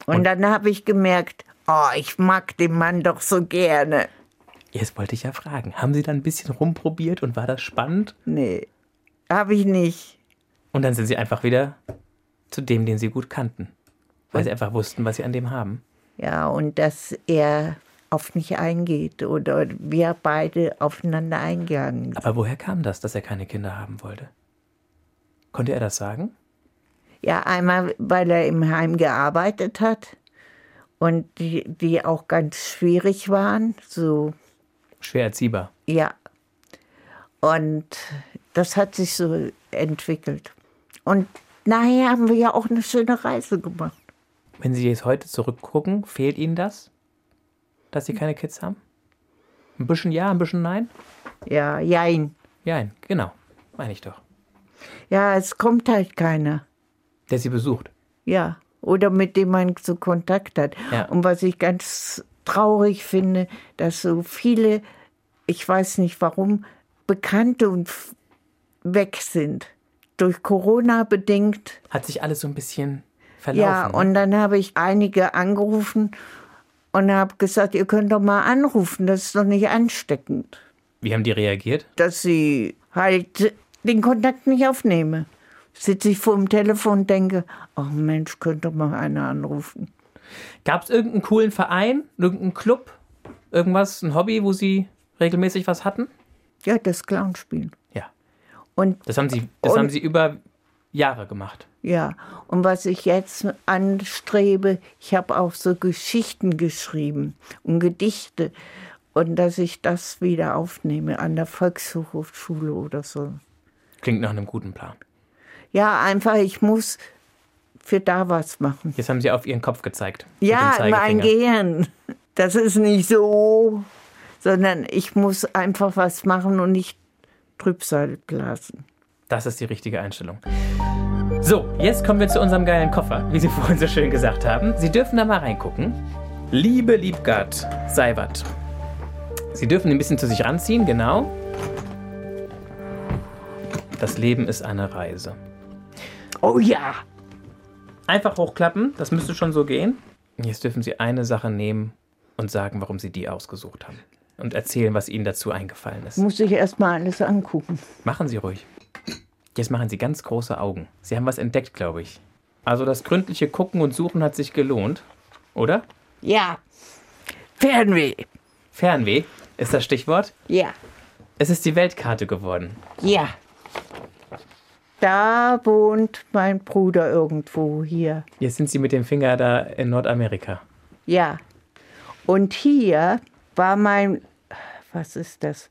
Und dann habe ich gemerkt, oh, ich mag den Mann doch so gerne.
Jetzt wollte ich ja fragen. Haben Sie dann ein bisschen rumprobiert und war das spannend?
Nee, habe ich nicht.
Und dann sind Sie einfach wieder zu dem, den Sie gut kannten. Weil Sie einfach wussten, was Sie an dem haben.
Ja, und dass er auf mich eingeht oder wir beide aufeinander eingegangen sind.
Aber woher kam das, dass er keine Kinder haben wollte? Konnte er das sagen?
Ja, einmal, weil er im Heim gearbeitet hat und die, die auch ganz schwierig waren, so
Schwer erziehbar.
Ja. Und das hat sich so entwickelt. Und nachher haben wir ja auch eine schöne Reise gemacht.
Wenn Sie jetzt heute zurückgucken, fehlt Ihnen das, dass Sie keine Kids haben? Ein bisschen ja, ein bisschen nein?
Ja, jein.
Ja, genau. Meine ich doch.
Ja, es kommt halt keiner.
Der Sie besucht.
Ja. Oder mit dem man so Kontakt hat.
Ja.
Und was ich ganz traurig finde, dass so viele, ich weiß nicht warum, Bekannte und f- weg sind. Durch Corona bedingt
Hat sich alles so ein bisschen verlaufen.
Ja,
ne?
und dann habe ich einige angerufen und habe gesagt, ihr könnt doch mal anrufen, das ist doch nicht ansteckend,
Wie haben die reagiert?
dass sie halt den Kontakt nicht aufnehme. Sitze ich vor dem Telefon und denke, ach Mensch, könnte doch mal einer anrufen.
Gab es irgendeinen coolen Verein, irgendeinen Club, irgendwas, ein Hobby, wo Sie regelmäßig was hatten?
Ja, das Clownspielen.
Ja.
Und
Das haben Sie, das
Und-
haben Sie über Jahre gemacht.
ja, und was ich jetzt anstrebe, ich habe auch so Geschichten geschrieben und Gedichte und dass ich das wieder aufnehme an der Volkshochschule oder so.
Klingt nach einem guten Plan.
Ja, einfach, ich muss für da was machen.
Jetzt haben Sie auf Ihren Kopf gezeigt. mit
Ja,
dem
mein
Zeigefinger.
Gehirn. Das ist nicht so, sondern ich muss einfach was machen und nicht Trübsal blasen.
Das ist die richtige Einstellung. So, jetzt kommen wir zu unserem geilen Koffer, wie Sie [LAUGHS] vorhin so schön gesagt haben. Sie dürfen da mal reingucken. Liebe Liebgard Seibert. Sie dürfen ihn ein bisschen zu sich ranziehen, genau. Das Leben ist eine Reise.
Oh ja.
Einfach hochklappen, das müsste schon so gehen. Jetzt dürfen Sie eine Sache nehmen und sagen, warum Sie die ausgesucht haben. Und erzählen, was Ihnen dazu eingefallen ist.
Muss ich erstmal alles angucken.
Machen Sie ruhig. Jetzt machen Sie ganz große Augen. Sie haben was entdeckt, glaube ich. Also das gründliche Gucken und Suchen hat sich gelohnt, oder?
Ja. Fernweh.
Fernweh ist das Stichwort.
Ja.
Es ist die Weltkarte geworden.
Ja. Da wohnt mein Bruder irgendwo hier.
Jetzt sind Sie mit dem Finger da in Nordamerika.
Ja. Und hier war mein, was ist das?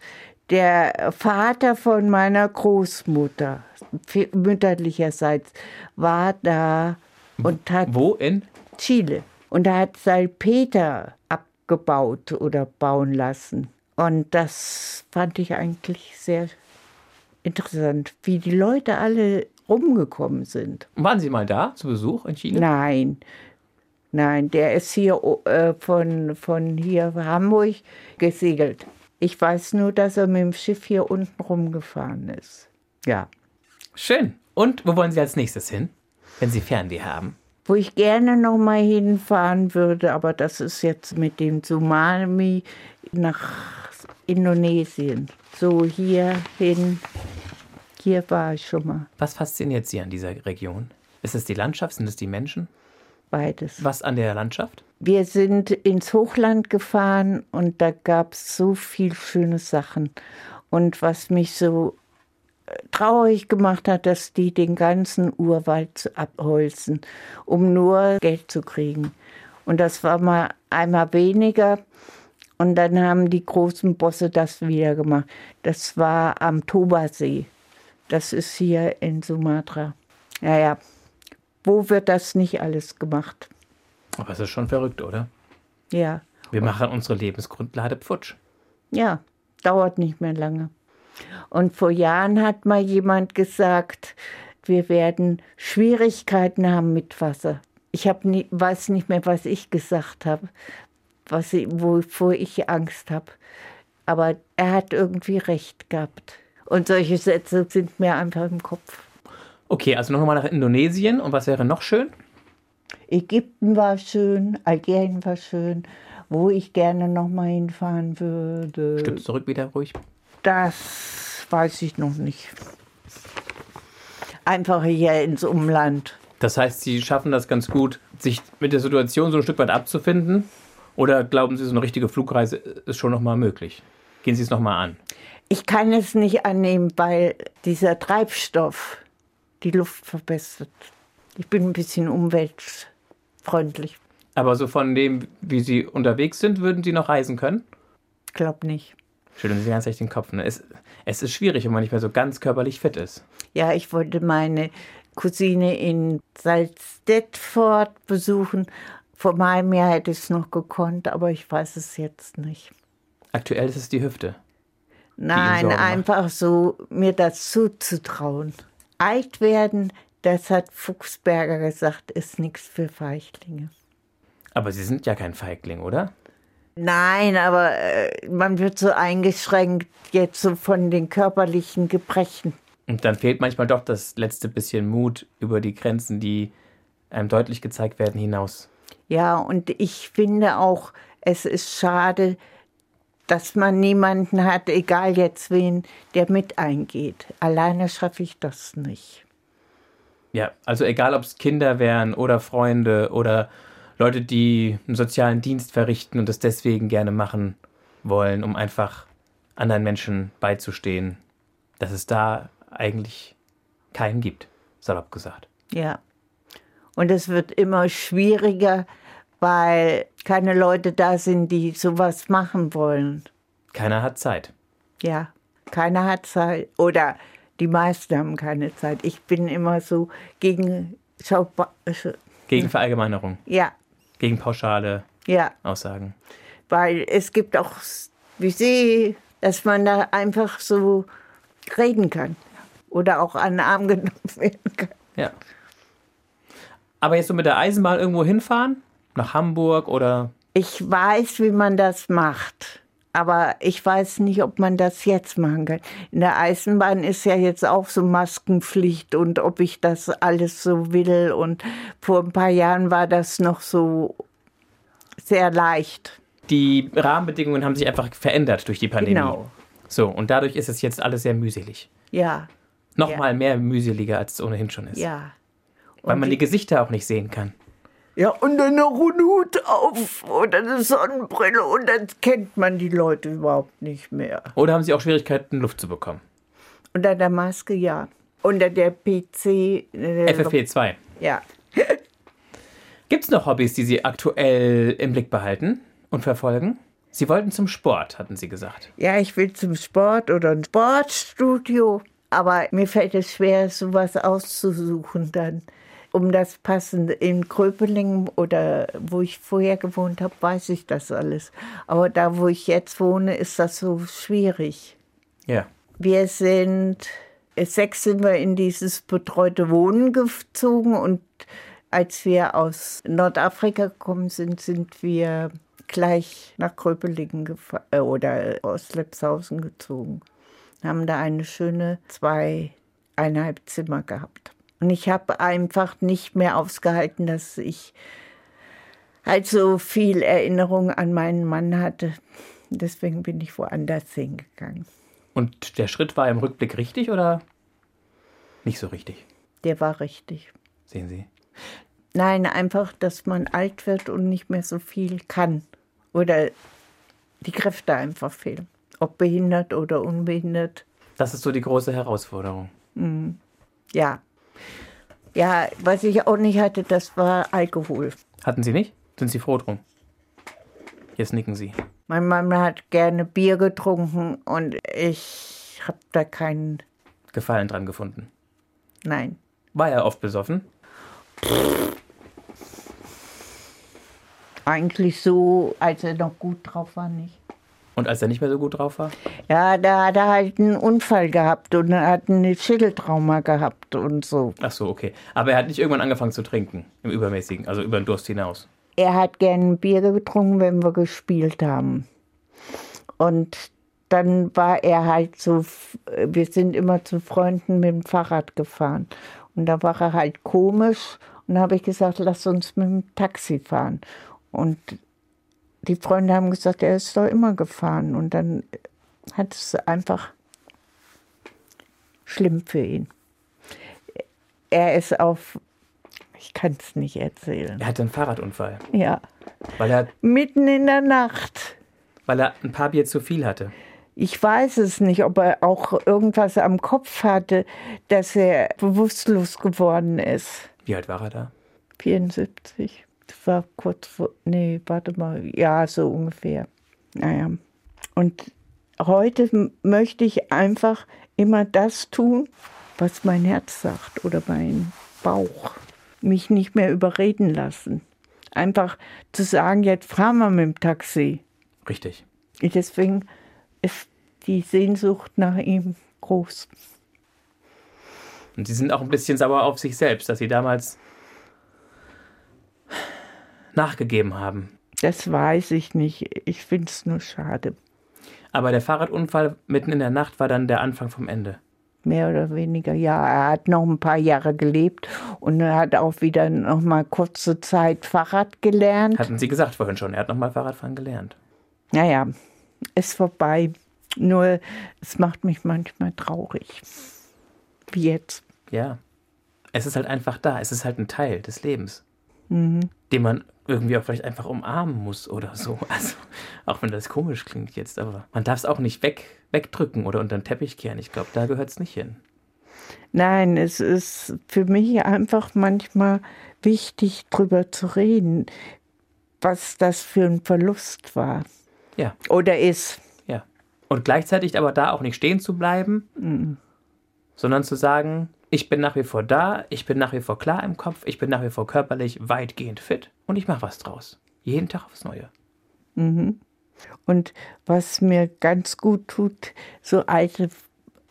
Der Vater von meiner Großmutter, fe- mütterlicherseits, war da und hat
Wo in?
Chile. Und er hat Salpeter abgebaut oder bauen lassen. Und das fand ich eigentlich sehr interessant, wie die Leute alle rumgekommen sind.
Waren Sie mal da zu Besuch in Chile?
Nein, nein, der ist hier äh, von, von hier Hamburg gesegelt. Ich weiß nur, dass er mit dem Schiff hier unten rumgefahren ist. Ja.
Schön. Und wo wollen Sie als nächstes hin, wenn Sie Fernweh haben?
Wo ich gerne nochmal hinfahren würde, aber das ist jetzt mit dem Tsunami nach Indonesien. So hier hin. Hier war ich schon mal.
Was fasziniert Sie an dieser Region? Ist es die Landschaft? Sind es die Menschen?
Beides.
Was an der Landschaft?
Wir sind ins Hochland gefahren und da gab es so viel schöne Sachen. Und was mich so äh, traurig gemacht hat, dass die den ganzen Urwald zu- abholzen, um nur Geld zu kriegen. Und das war mal einmal weniger. Und dann haben die großen Bosse das wieder gemacht. Das war am Tobasee. Das ist hier in Sumatra. Naja, wo wird das nicht alles gemacht?
Aber es ist schon verrückt, oder?
Ja.
Wir machen unsere Lebensgrundlage futsch.
Ja, dauert nicht mehr lange. Und vor Jahren hat mal jemand gesagt, wir werden Schwierigkeiten haben mit Wasser. Ich hab nie, weiß nicht mehr, was ich gesagt habe, was ich, wovor ich Angst habe. Aber er hat irgendwie recht gehabt. Und solche Sätze sind mir einfach im Kopf.
Okay, also nochmal nach Indonesien. Und was wäre noch schön?
Ägypten war schön, Algerien war schön, wo ich gerne nochmal hinfahren würde.
Stimmt zurück wieder ruhig.
Das weiß ich noch nicht. Einfach hier ins Umland.
Das heißt, Sie schaffen das ganz gut, sich mit der Situation so ein Stück weit abzufinden? Oder glauben Sie, so eine richtige Flugreise ist schon nochmal möglich? Gehen Sie es nochmal an.
Ich kann es nicht annehmen, weil dieser Treibstoff die Luft verbessert. Ich bin ein bisschen umweltfreundlich.
Aber so von dem, wie Sie unterwegs sind, würden Sie noch reisen können?
Glaub nicht.
Schütteln Sie ganz recht den Kopf. Ne? Es, es ist schwierig, wenn man nicht mehr so ganz körperlich fit ist.
Ja, ich wollte meine Cousine in Salzdetford besuchen. Vor meinem Jahr hätte ich es noch gekonnt, aber ich weiß es jetzt nicht.
Aktuell ist es die Hüfte.
Nein,
Sorgen macht.
einfach so mir das zuzutrauen. Alt werden, das hat Fuchsberger gesagt, ist nichts für Feichlinge.
Aber Sie sind ja kein Feigling, oder?
Nein, aber äh, man wird so eingeschränkt jetzt so von den körperlichen Gebrechen.
Und dann fehlt manchmal doch das letzte bisschen Mut über die Grenzen, die einem deutlich gezeigt werden, hinaus.
Ja, und ich finde auch, es ist schade, dass man niemanden hat, egal jetzt wen, der mit eingeht. Alleine schaffe ich das nicht.
Ja, also egal, ob es Kinder wären oder Freunde oder Leute, die einen sozialen Dienst verrichten und das deswegen gerne machen wollen, um einfach anderen Menschen beizustehen, dass es da eigentlich keinen gibt, salopp gesagt.
Ja. Und es wird immer schwieriger, weil keine Leute da sind, die sowas machen wollen.
Keiner hat Zeit.
Ja, keiner hat Zeit. Oder die meisten haben keine Zeit. Ich bin immer so gegen. Schau,
Gegen Verallgemeinerung,
ja,
gegen pauschale
ja.
Aussagen.
Weil es gibt auch, wie sie, dass man da einfach so reden kann. Oder auch an den Arm genommen [LAUGHS] werden kann.
Ja. Aber jetzt so mit der Eisenbahn irgendwo hinfahren? Nach Hamburg oder
Ich weiß, wie man das macht, Aber ich weiß nicht, ob man das jetzt machen kann. In der Eisenbahn ist ja jetzt auch so Maskenpflicht und ob ich das alles so will. Und vor ein paar Jahren war das noch so sehr leicht.
Die Rahmenbedingungen haben sich einfach verändert durch die Pandemie.
Genau.
So, und dadurch ist es jetzt alles sehr mühselig.
Ja,
Nochmal mehr mühseliger, als es ohnehin schon ist.
ja.
Weil man die Gesichter auch nicht sehen kann.
Ja, und dann noch einen Hut auf oder eine Sonnenbrille und dann kennt man die Leute überhaupt nicht mehr.
Oder haben sie auch Schwierigkeiten, Luft zu bekommen?
Unter der Maske, ja. Unter der PC. Äh,
FFP2.
Ja.
Gibt es noch Hobbys, die Sie aktuell im Blick behalten und verfolgen? Sie wollten zum Sport, hatten Sie gesagt.
Ja, ich will zum Sport oder ein Sportstudio. Aber mir fällt es schwer, sowas auszusuchen dann. Um das passende in Kröpelingen oder wo ich vorher gewohnt habe, weiß ich das alles. Aber da, wo ich jetzt wohne, ist das so schwierig.
Ja.
Wir sind, äh, sechs sind wir in dieses betreute Wohnen gezogen und als wir aus Nordafrika gekommen sind, sind wir gleich nach Kröpelingen gefa- äh, oder aus Lepshausen gezogen. Haben da eine schöne zweieinhalb Zimmer gehabt. Und ich habe einfach nicht mehr ausgehalten, dass ich halt so viel Erinnerung an meinen Mann hatte. Deswegen bin ich woanders hingegangen.
Und der Schritt war im Rückblick richtig oder nicht so richtig?
Der war richtig.
Sehen Sie.
Nein, einfach, dass man alt wird und nicht mehr so viel kann. Oder die Kräfte einfach fehlen. Ob behindert oder unbehindert.
Das ist so die große Herausforderung.
Ja. Ja, was ich auch nicht hatte, das war Alkohol.
Hatten Sie nicht? Sind Sie froh drum? Jetzt nicken Sie.
Mein Mann hat gerne Bier getrunken und ich habe da keinen.
Gefallen dran gefunden.
Nein.
War er oft besoffen?
Eigentlich so, als er noch gut drauf war, nicht.
Und als er nicht mehr so gut drauf war?
Ja, da hat er halt einen Unfall gehabt und er hat einen Schädeltrauma gehabt und so.
Ach so, okay. Aber er hat nicht irgendwann angefangen zu trinken. Im Übermäßigen, also über den Durst hinaus.
er hat gern Bier getrunken, wenn wir gespielt haben. Und dann war er halt so, f- wir sind immer zu Freunden mit dem Fahrrad gefahren. Und da war er halt komisch. Und da habe ich gesagt, lass uns mit dem Taxi fahren. Und die Freunde haben gesagt, er ist doch immer gefahren. Und dann hat es einfach schlimm für ihn. Er ist auf, ich kann es nicht erzählen.
Er hatte einen Fahrradunfall,
Ja.
weil er,
Mitten in der Nacht.
weil er ein paar Bier zu viel hatte.
Ich weiß es nicht, ob er auch irgendwas am Kopf hatte, dass er bewusstlos geworden ist.
Wie alt war er da?
74. Das war kurz vor. Nee, warte mal. Ja, so ungefähr. Naja. Und heute m- möchte ich einfach immer das tun, was mein Herz sagt oder mein Bauch. Mich nicht mehr überreden lassen. Einfach zu sagen, jetzt fahren wir mit dem Taxi.
Richtig.
Deswegen ist die Sehnsucht nach ihm groß.
Und sie sind auch ein bisschen sauer auf sich selbst, dass sie damals nachgegeben haben.
Das weiß ich nicht. Ich finde es nur schade.
Aber der Fahrradunfall mitten in der Nacht war dann der Anfang vom Ende.
Mehr oder weniger, ja. Er hat noch ein paar Jahre gelebt und er hat auch wieder noch mal kurze Zeit Fahrrad gelernt.
Hatten sie gesagt vorhin schon. Er hat nochmal Fahrradfahren gelernt.
Naja, ist vorbei. Nur es macht mich manchmal traurig. Wie jetzt.
Ja. Es ist halt einfach da. Es ist halt ein Teil des Lebens, den man irgendwie auch vielleicht einfach umarmen muss oder so. [LAUGHS] Also, auch wenn das komisch klingt jetzt, aber man darf es auch nicht weg, wegdrücken oder unter den Teppich kehren. Ich glaube, da gehört es nicht hin.
Nein, es ist für mich einfach manchmal wichtig, drüber zu reden, was das für ein Verlust war
Ja.
oder ist.
Ja. Und gleichzeitig aber da auch nicht stehen zu bleiben, sondern zu sagen, ich bin nach wie vor da, ich bin nach wie vor klar im Kopf, ich bin nach wie vor körperlich weitgehend fit und ich mache was draus. Jeden Tag aufs Neue.
Und was mir ganz gut tut, so alte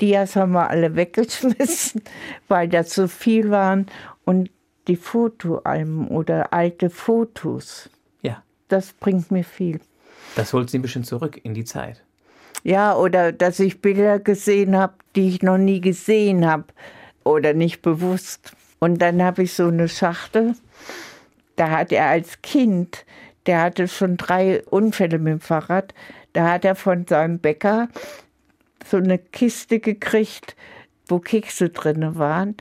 Dias haben wir alle weggeschmissen, [LAUGHS] weil da zu viel waren. Und die Fotoalben oder alte Fotos,
Ja.
das bringt mir viel.
Das holt sie ein bisschen zurück in die Zeit.
Ja, oder dass ich Bilder gesehen habe, die ich noch nie gesehen habe oder nicht bewusst. Und dann habe ich so eine Schachtel. Da hat er als Kind, der hatte schon drei Unfälle mit dem Fahrrad, da hat er von seinem Bäcker so eine Kiste gekriegt, wo Kekse drin waren.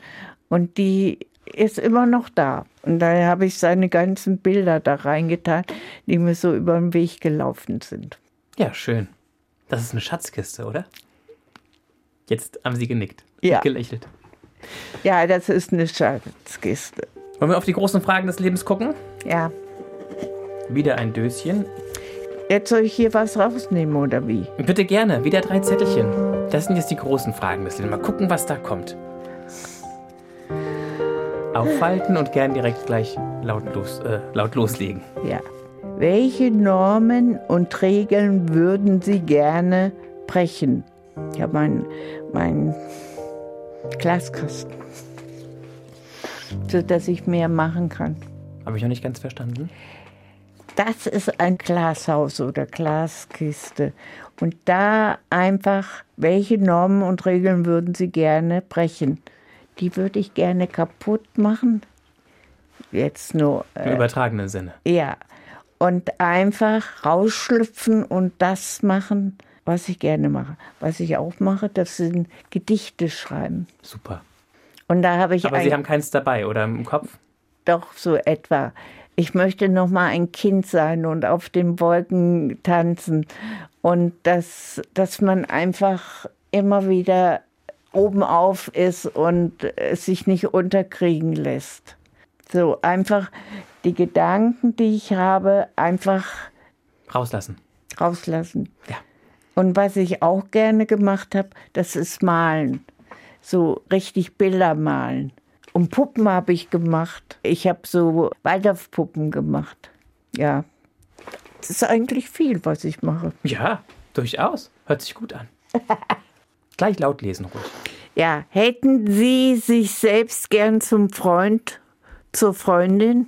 Und die ist immer noch da. Und da habe ich seine ganzen Bilder da reingetan, die mir so über den Weg gelaufen sind.
Ja, schön. Das ist eine Schatzkiste, oder? Jetzt haben sie genickt.
Ja.
Und Gelächelt.
Ja, das ist eine Schatzkiste.
Wollen wir auf die großen Fragen des Lebens gucken?
Ja.
Wieder ein Döschen.
Jetzt soll ich hier was rausnehmen oder wie?
Bitte gerne, wieder drei Zettelchen. Das sind jetzt die großen Fragen des Lebens. Mal gucken, was da kommt. Auffalten und gern direkt gleich laut, los, äh, laut loslegen.
Ja. Welche Normen und Regeln würden Sie gerne brechen? Ich habe meinen mein Glaskasten, sodass ich mehr machen kann.
Habe ich noch nicht ganz verstanden.
Das ist ein Glashaus oder Glaskiste. Und da einfach, welche Normen und Regeln würden Sie gerne brechen? Die würde ich gerne kaputt machen. Jetzt nur. äh,
Im übertragenen Sinne.
Ja, und einfach rausschlüpfen und das machen, was ich gerne mache. Was ich auch mache, das sind Gedichte schreiben.
Super.
Und da habe ich
Aber Sie
ein-
haben keins dabei, oder im Kopf?
doch so etwa. Ich möchte noch mal ein Kind sein und auf den Wolken tanzen und dass dass man einfach immer wieder oben auf ist und es sich nicht unterkriegen lässt. So einfach die Gedanken, die ich habe, einfach
Rauslassen.
rauslassen.
Ja.
Und was ich auch gerne gemacht habe, das ist malen. So richtig Bilder malen. Und Puppen habe ich gemacht. Ich habe so Waldorfpuppen gemacht. Ja. Das ist eigentlich viel, was ich mache.
Ja, durchaus. Hört sich gut
[LAUGHS]
an. gleich laut lesen, ruhig.
Ja, hätten Sie sich selbst gern zum Freund, zur Freundin?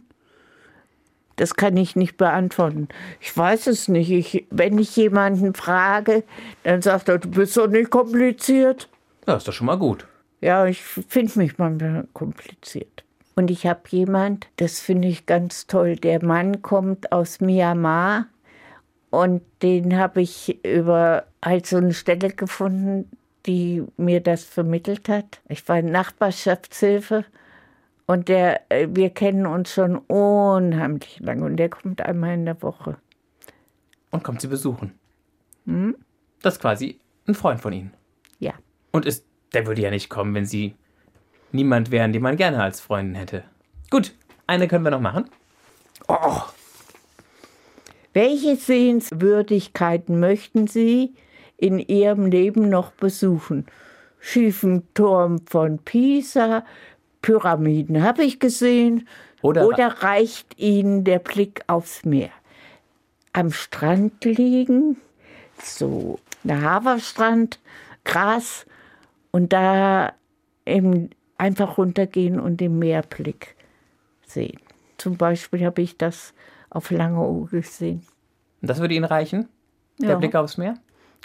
Das kann ich nicht beantworten. Ich weiß es nicht. Ich, wenn ich jemanden frage, dann sagt er, du bist doch nicht kompliziert.
Ja, ist doch schon mal gut.
Ja, ich finde mich manchmal kompliziert. Und ich habe jemand, das finde ich ganz toll. Der Mann kommt aus Myanmar und den habe ich über halt so eine Stelle gefunden, die mir das vermittelt hat. Ich war in Nachbarschaftshilfe und der, äh, wir kennen uns schon unheimlich lange und der kommt einmal in der Woche.
Und kommt sie besuchen. Das ist quasi ein Freund von Ihnen.
Ja.
Und ist, der würde ja nicht kommen, wenn Sie niemand wären, den man gerne als Freundin hätte. Gut, eine können wir noch machen.
Welche Sehenswürdigkeiten möchten Sie in Ihrem Leben noch besuchen? Schiefen Turm von Pisa, Pyramiden habe ich gesehen.
Oder-
Oder reicht Ihnen der Blick aufs Meer? Am Strand liegen, so der Haverstrand, Gras und da eben einfach runtergehen und den Meerblick sehen. Zum Beispiel habe ich das auf Langeoog gesehen.
Und das würde Ihnen reichen? Der
Ja.
Blick aufs Meer?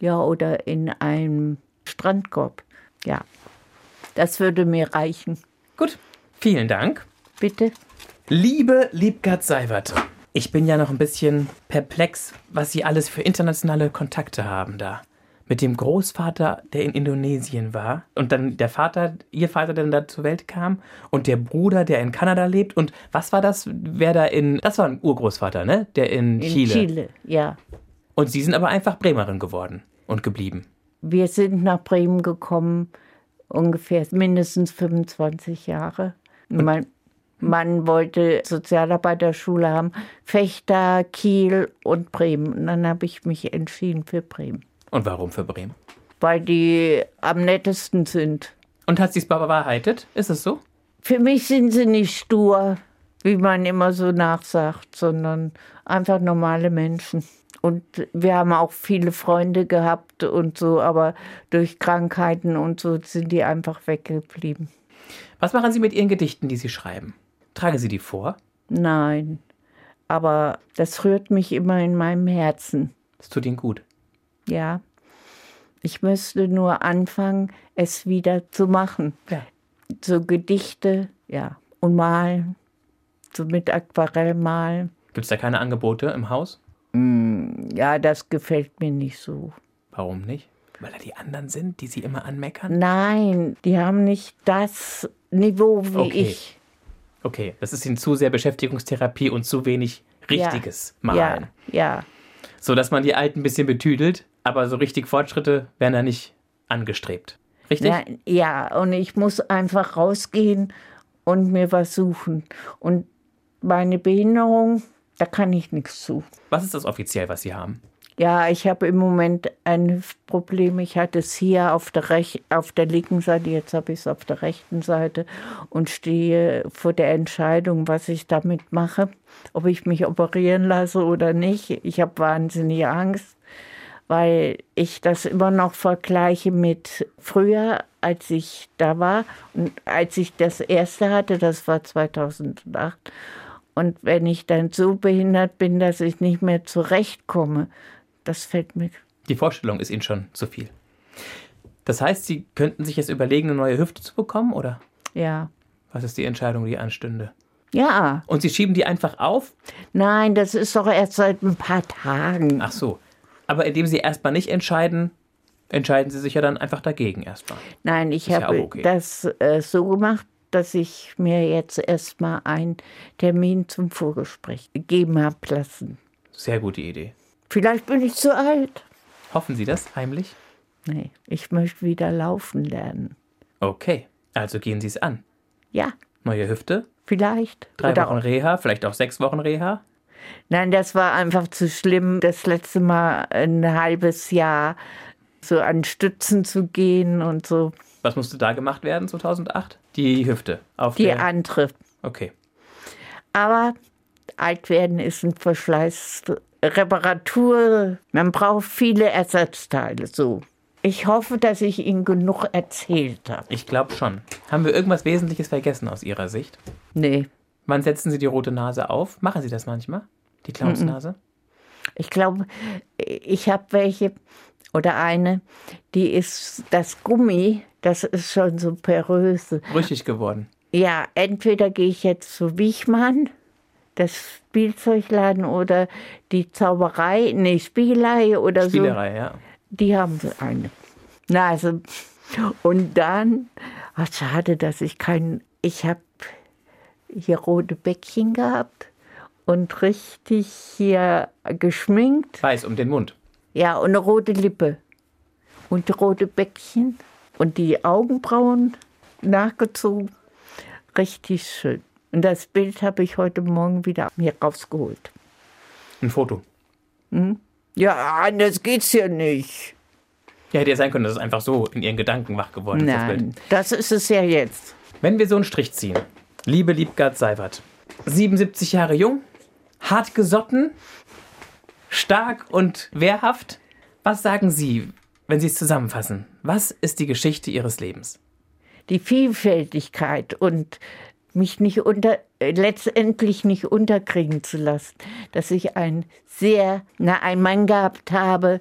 Ja, oder in einem Strandkorb. Ja, das würde mir reichen.
Gut, vielen Dank.
Bitte?
Liebe Liebgard Seiwert, ich bin ja noch ein bisschen perplex, was Sie alles für internationale Kontakte haben da. Mit dem Großvater, der in Indonesien war, und dann der Vater, Ihr Vater, der da zur Welt kam, und der Bruder, der in Kanada lebt, und was war das, wer da in. Das war ein Urgroßvater, ne? Der in,
In
Chile.
Chile, ja.
Und Sie sind aber einfach Bremerin geworden und geblieben.
Wir sind nach Bremen gekommen, ungefähr mindestens 25 Jahre. Mein Mann wollte Sozialarbeiterschule haben, Fechter, Kiel und Bremen. Und dann habe ich mich entschieden für Bremen,
Und warum für Bremen?
weil die am nettesten sind.
Und hat sie es bewahrheitet? Ist es so?
Für mich sind sie nicht stur, wie man immer so nachsagt, sondern einfach normale Menschen. Und wir haben auch viele Freunde gehabt und so, aber durch Krankheiten und so sind die einfach weggeblieben.
Was machen Sie mit Ihren Gedichten, die Sie schreiben? Tragen Sie die vor?
Nein, aber das rührt mich immer in meinem Herzen.
Das tut Ihnen gut.
Ja. Ich müsste nur anfangen, es wieder zu machen.
Ja.
So Gedichte, ja. Und malen. So mit Aquarell malen.
Gibt es da keine Angebote im Haus?
Ja, das gefällt mir nicht so.
Warum nicht? Weil da die anderen sind, die Sie immer anmeckern?
Nein, die haben nicht das Niveau wie
Okay.
ich.
Okay, das ist Ihnen zu sehr Beschäftigungstherapie und zu wenig richtiges
ja.
Malen.
Ja, ja.
So dass man die Alten ein bisschen betüdelt, aber so richtig Fortschritte werden da nicht angestrebt. Richtig?
Nein, ja, und ich muss einfach rausgehen und mir was suchen. Und meine Behinderung, da kann ich nichts zu.
Was ist das offiziell, was Sie haben?
Ja, ich habe im Moment ein Hüftproblem. Ich hatte es hier auf der, Rech auf der linken Seite, jetzt habe ich es auf der rechten Seite und stehe vor der Entscheidung, was ich damit mache, ob ich mich operieren lasse oder nicht. Ich habe wahnsinnige Angst, weil ich das immer noch vergleiche mit früher, als ich da war und als ich das erste hatte, das war 2008. Und wenn ich dann so behindert bin, dass ich nicht mehr zurechtkomme, das fällt mir.
Die Vorstellung ist Ihnen schon zu viel. Das heißt, Sie könnten sich jetzt überlegen, eine neue Hüfte zu bekommen, oder?
Ja.
Was ist die Entscheidung, die anstünde?
Ja.
Und Sie schieben die einfach auf?
Nein, das ist doch erst seit ein paar Tagen.
Ach so. Aber indem Sie erstmal nicht entscheiden, entscheiden Sie sich ja dann einfach dagegen erstmal.
Nein, ich
Ist ja
habe
auch okay.
das äh, so gemacht, dass ich mir jetzt erstmal einen Termin zum Vorgespräch gegeben habe lassen.
Sehr gute Idee.
Vielleicht bin ich zu alt.
Hoffen Sie das heimlich?
Nee, ich möchte wieder laufen lernen.
Okay, also gehen Sie es an.
Ja,
Neue Hüfte,
vielleicht.
drei
Oder
Wochen Reha, vielleicht auch sechs Wochen Reha.
Nein, das war einfach zu schlimm, das letzte Mal ein halbes Jahr so an Stützen zu gehen und so.
Was musste da gemacht werden 2008? Die Hüfte. Auf
Die
der,
andere.
okay.
Aber alt werden ist ein Verschleiß. Reparatur, man braucht viele Ersatzteile. So. Ich hoffe, dass ich Ihnen genug erzählt habe.
Ich glaube schon. Haben wir irgendwas Wesentliches vergessen aus Ihrer Sicht?
Nee,
Wann setzen Sie die rote Nase auf? Machen Sie das manchmal? Die Clownsnase?
ich glaube, ich habe welche oder eine, die ist das Gummi, das ist schon so poröse.
Brüchig geworden.
Ja, entweder gehe ich jetzt zu Wichmann, das Spielzeugladen oder die Zauberei, nee, Spiegelei oder so.
Spielerei, ja.
Die haben so eine. Na, also, und dann, ach, schade, dass ich keinen, ich habe hier rote Bäckchen gehabt und richtig hier geschminkt.
Weiß um den Mund.
Ja, und eine rote Lippe und rote Bäckchen und die Augenbrauen nachgezogen. Richtig schön. Und das Bild habe ich heute Morgen wieder mir rausgeholt.
Ein Foto.
Ja, anders geht's ja nicht.
Ja, hätte ja sein können, dass es einfach so in Ihren Gedanken wach geworden ist. das Bild.
Nein, das ist es ja jetzt.
Wenn wir so einen Strich ziehen, liebe Liebgard Seibert, 77 Jahre jung, hart gesotten, stark und wehrhaft, was sagen Sie, wenn Sie es zusammenfassen? Was ist die Geschichte Ihres Lebens?
Die Vielfältigkeit und mich nicht unter, äh, letztendlich nicht unterkriegen zu lassen, dass ich einen sehr, na, einen Mann gehabt habe,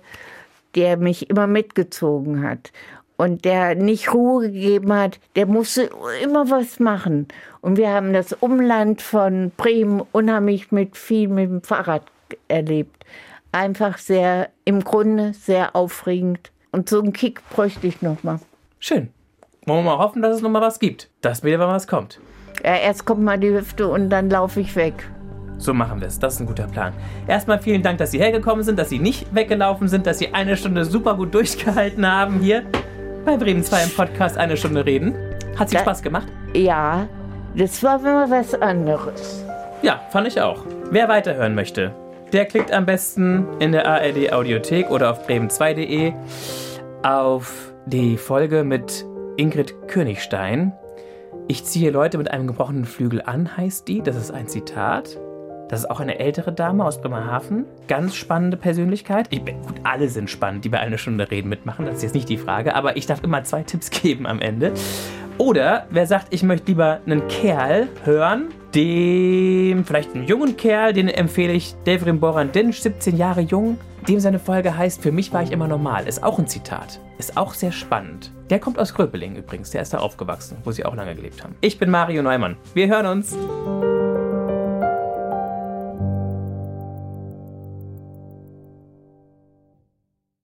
der mich immer mitgezogen hat und der nicht Ruhe gegeben hat, der musste immer was machen. Und wir haben das Umland von Bremen unheimlich mit viel mit dem Fahrrad erlebt. Einfach sehr, im Grunde sehr aufregend. Und so einen Kick bräuchte ich nochmal.
Schön. Wollen wir mal hoffen, dass es nochmal was gibt, dass wieder mal was kommt.
Ja, Äh, erst kommt mal die Hüfte und dann laufe ich weg.
So machen wir es. Das ist ein guter Plan. Erstmal vielen Dank, dass Sie hergekommen sind, dass Sie nicht weggelaufen sind, dass Sie eine Stunde super gut durchgehalten haben hier bei Bremen 2 im Podcast eine Stunde reden. Hat Sie
Da-
Spaß gemacht?
Ja, das war mal was anderes.
Ja, fand ich auch. Wer weiterhören möchte, der klickt am besten in der ARD Audiothek oder auf bremen2.de auf die Folge mit Ingrid Königstein. Ich ziehe Leute mit einem gebrochenen Flügel an, heißt die. Das ist ein Zitat. Das ist auch eine ältere Dame aus Bremerhaven. Ganz spannende Persönlichkeit. Ich, bin- gut, alle sind spannend, die bei einer Stunde reden mitmachen. Das ist jetzt nicht die Frage, aber ich darf immer zwei Tipps [LAUGHS] geben am Ende. Oder wer sagt, ich möchte lieber einen Kerl hören, dem, vielleicht einen jungen Kerl, den empfehle ich Devrim Boran Dinsch, 17 Jahre jung. dem seine Folge heißt Für mich war ich immer normal. Ist auch ein Zitat. Ist auch sehr spannend. Der kommt aus Gröpeling übrigens. Der ist da aufgewachsen, wo sie auch lange gelebt haben. Ich bin Mario Neumann. Wir hören uns.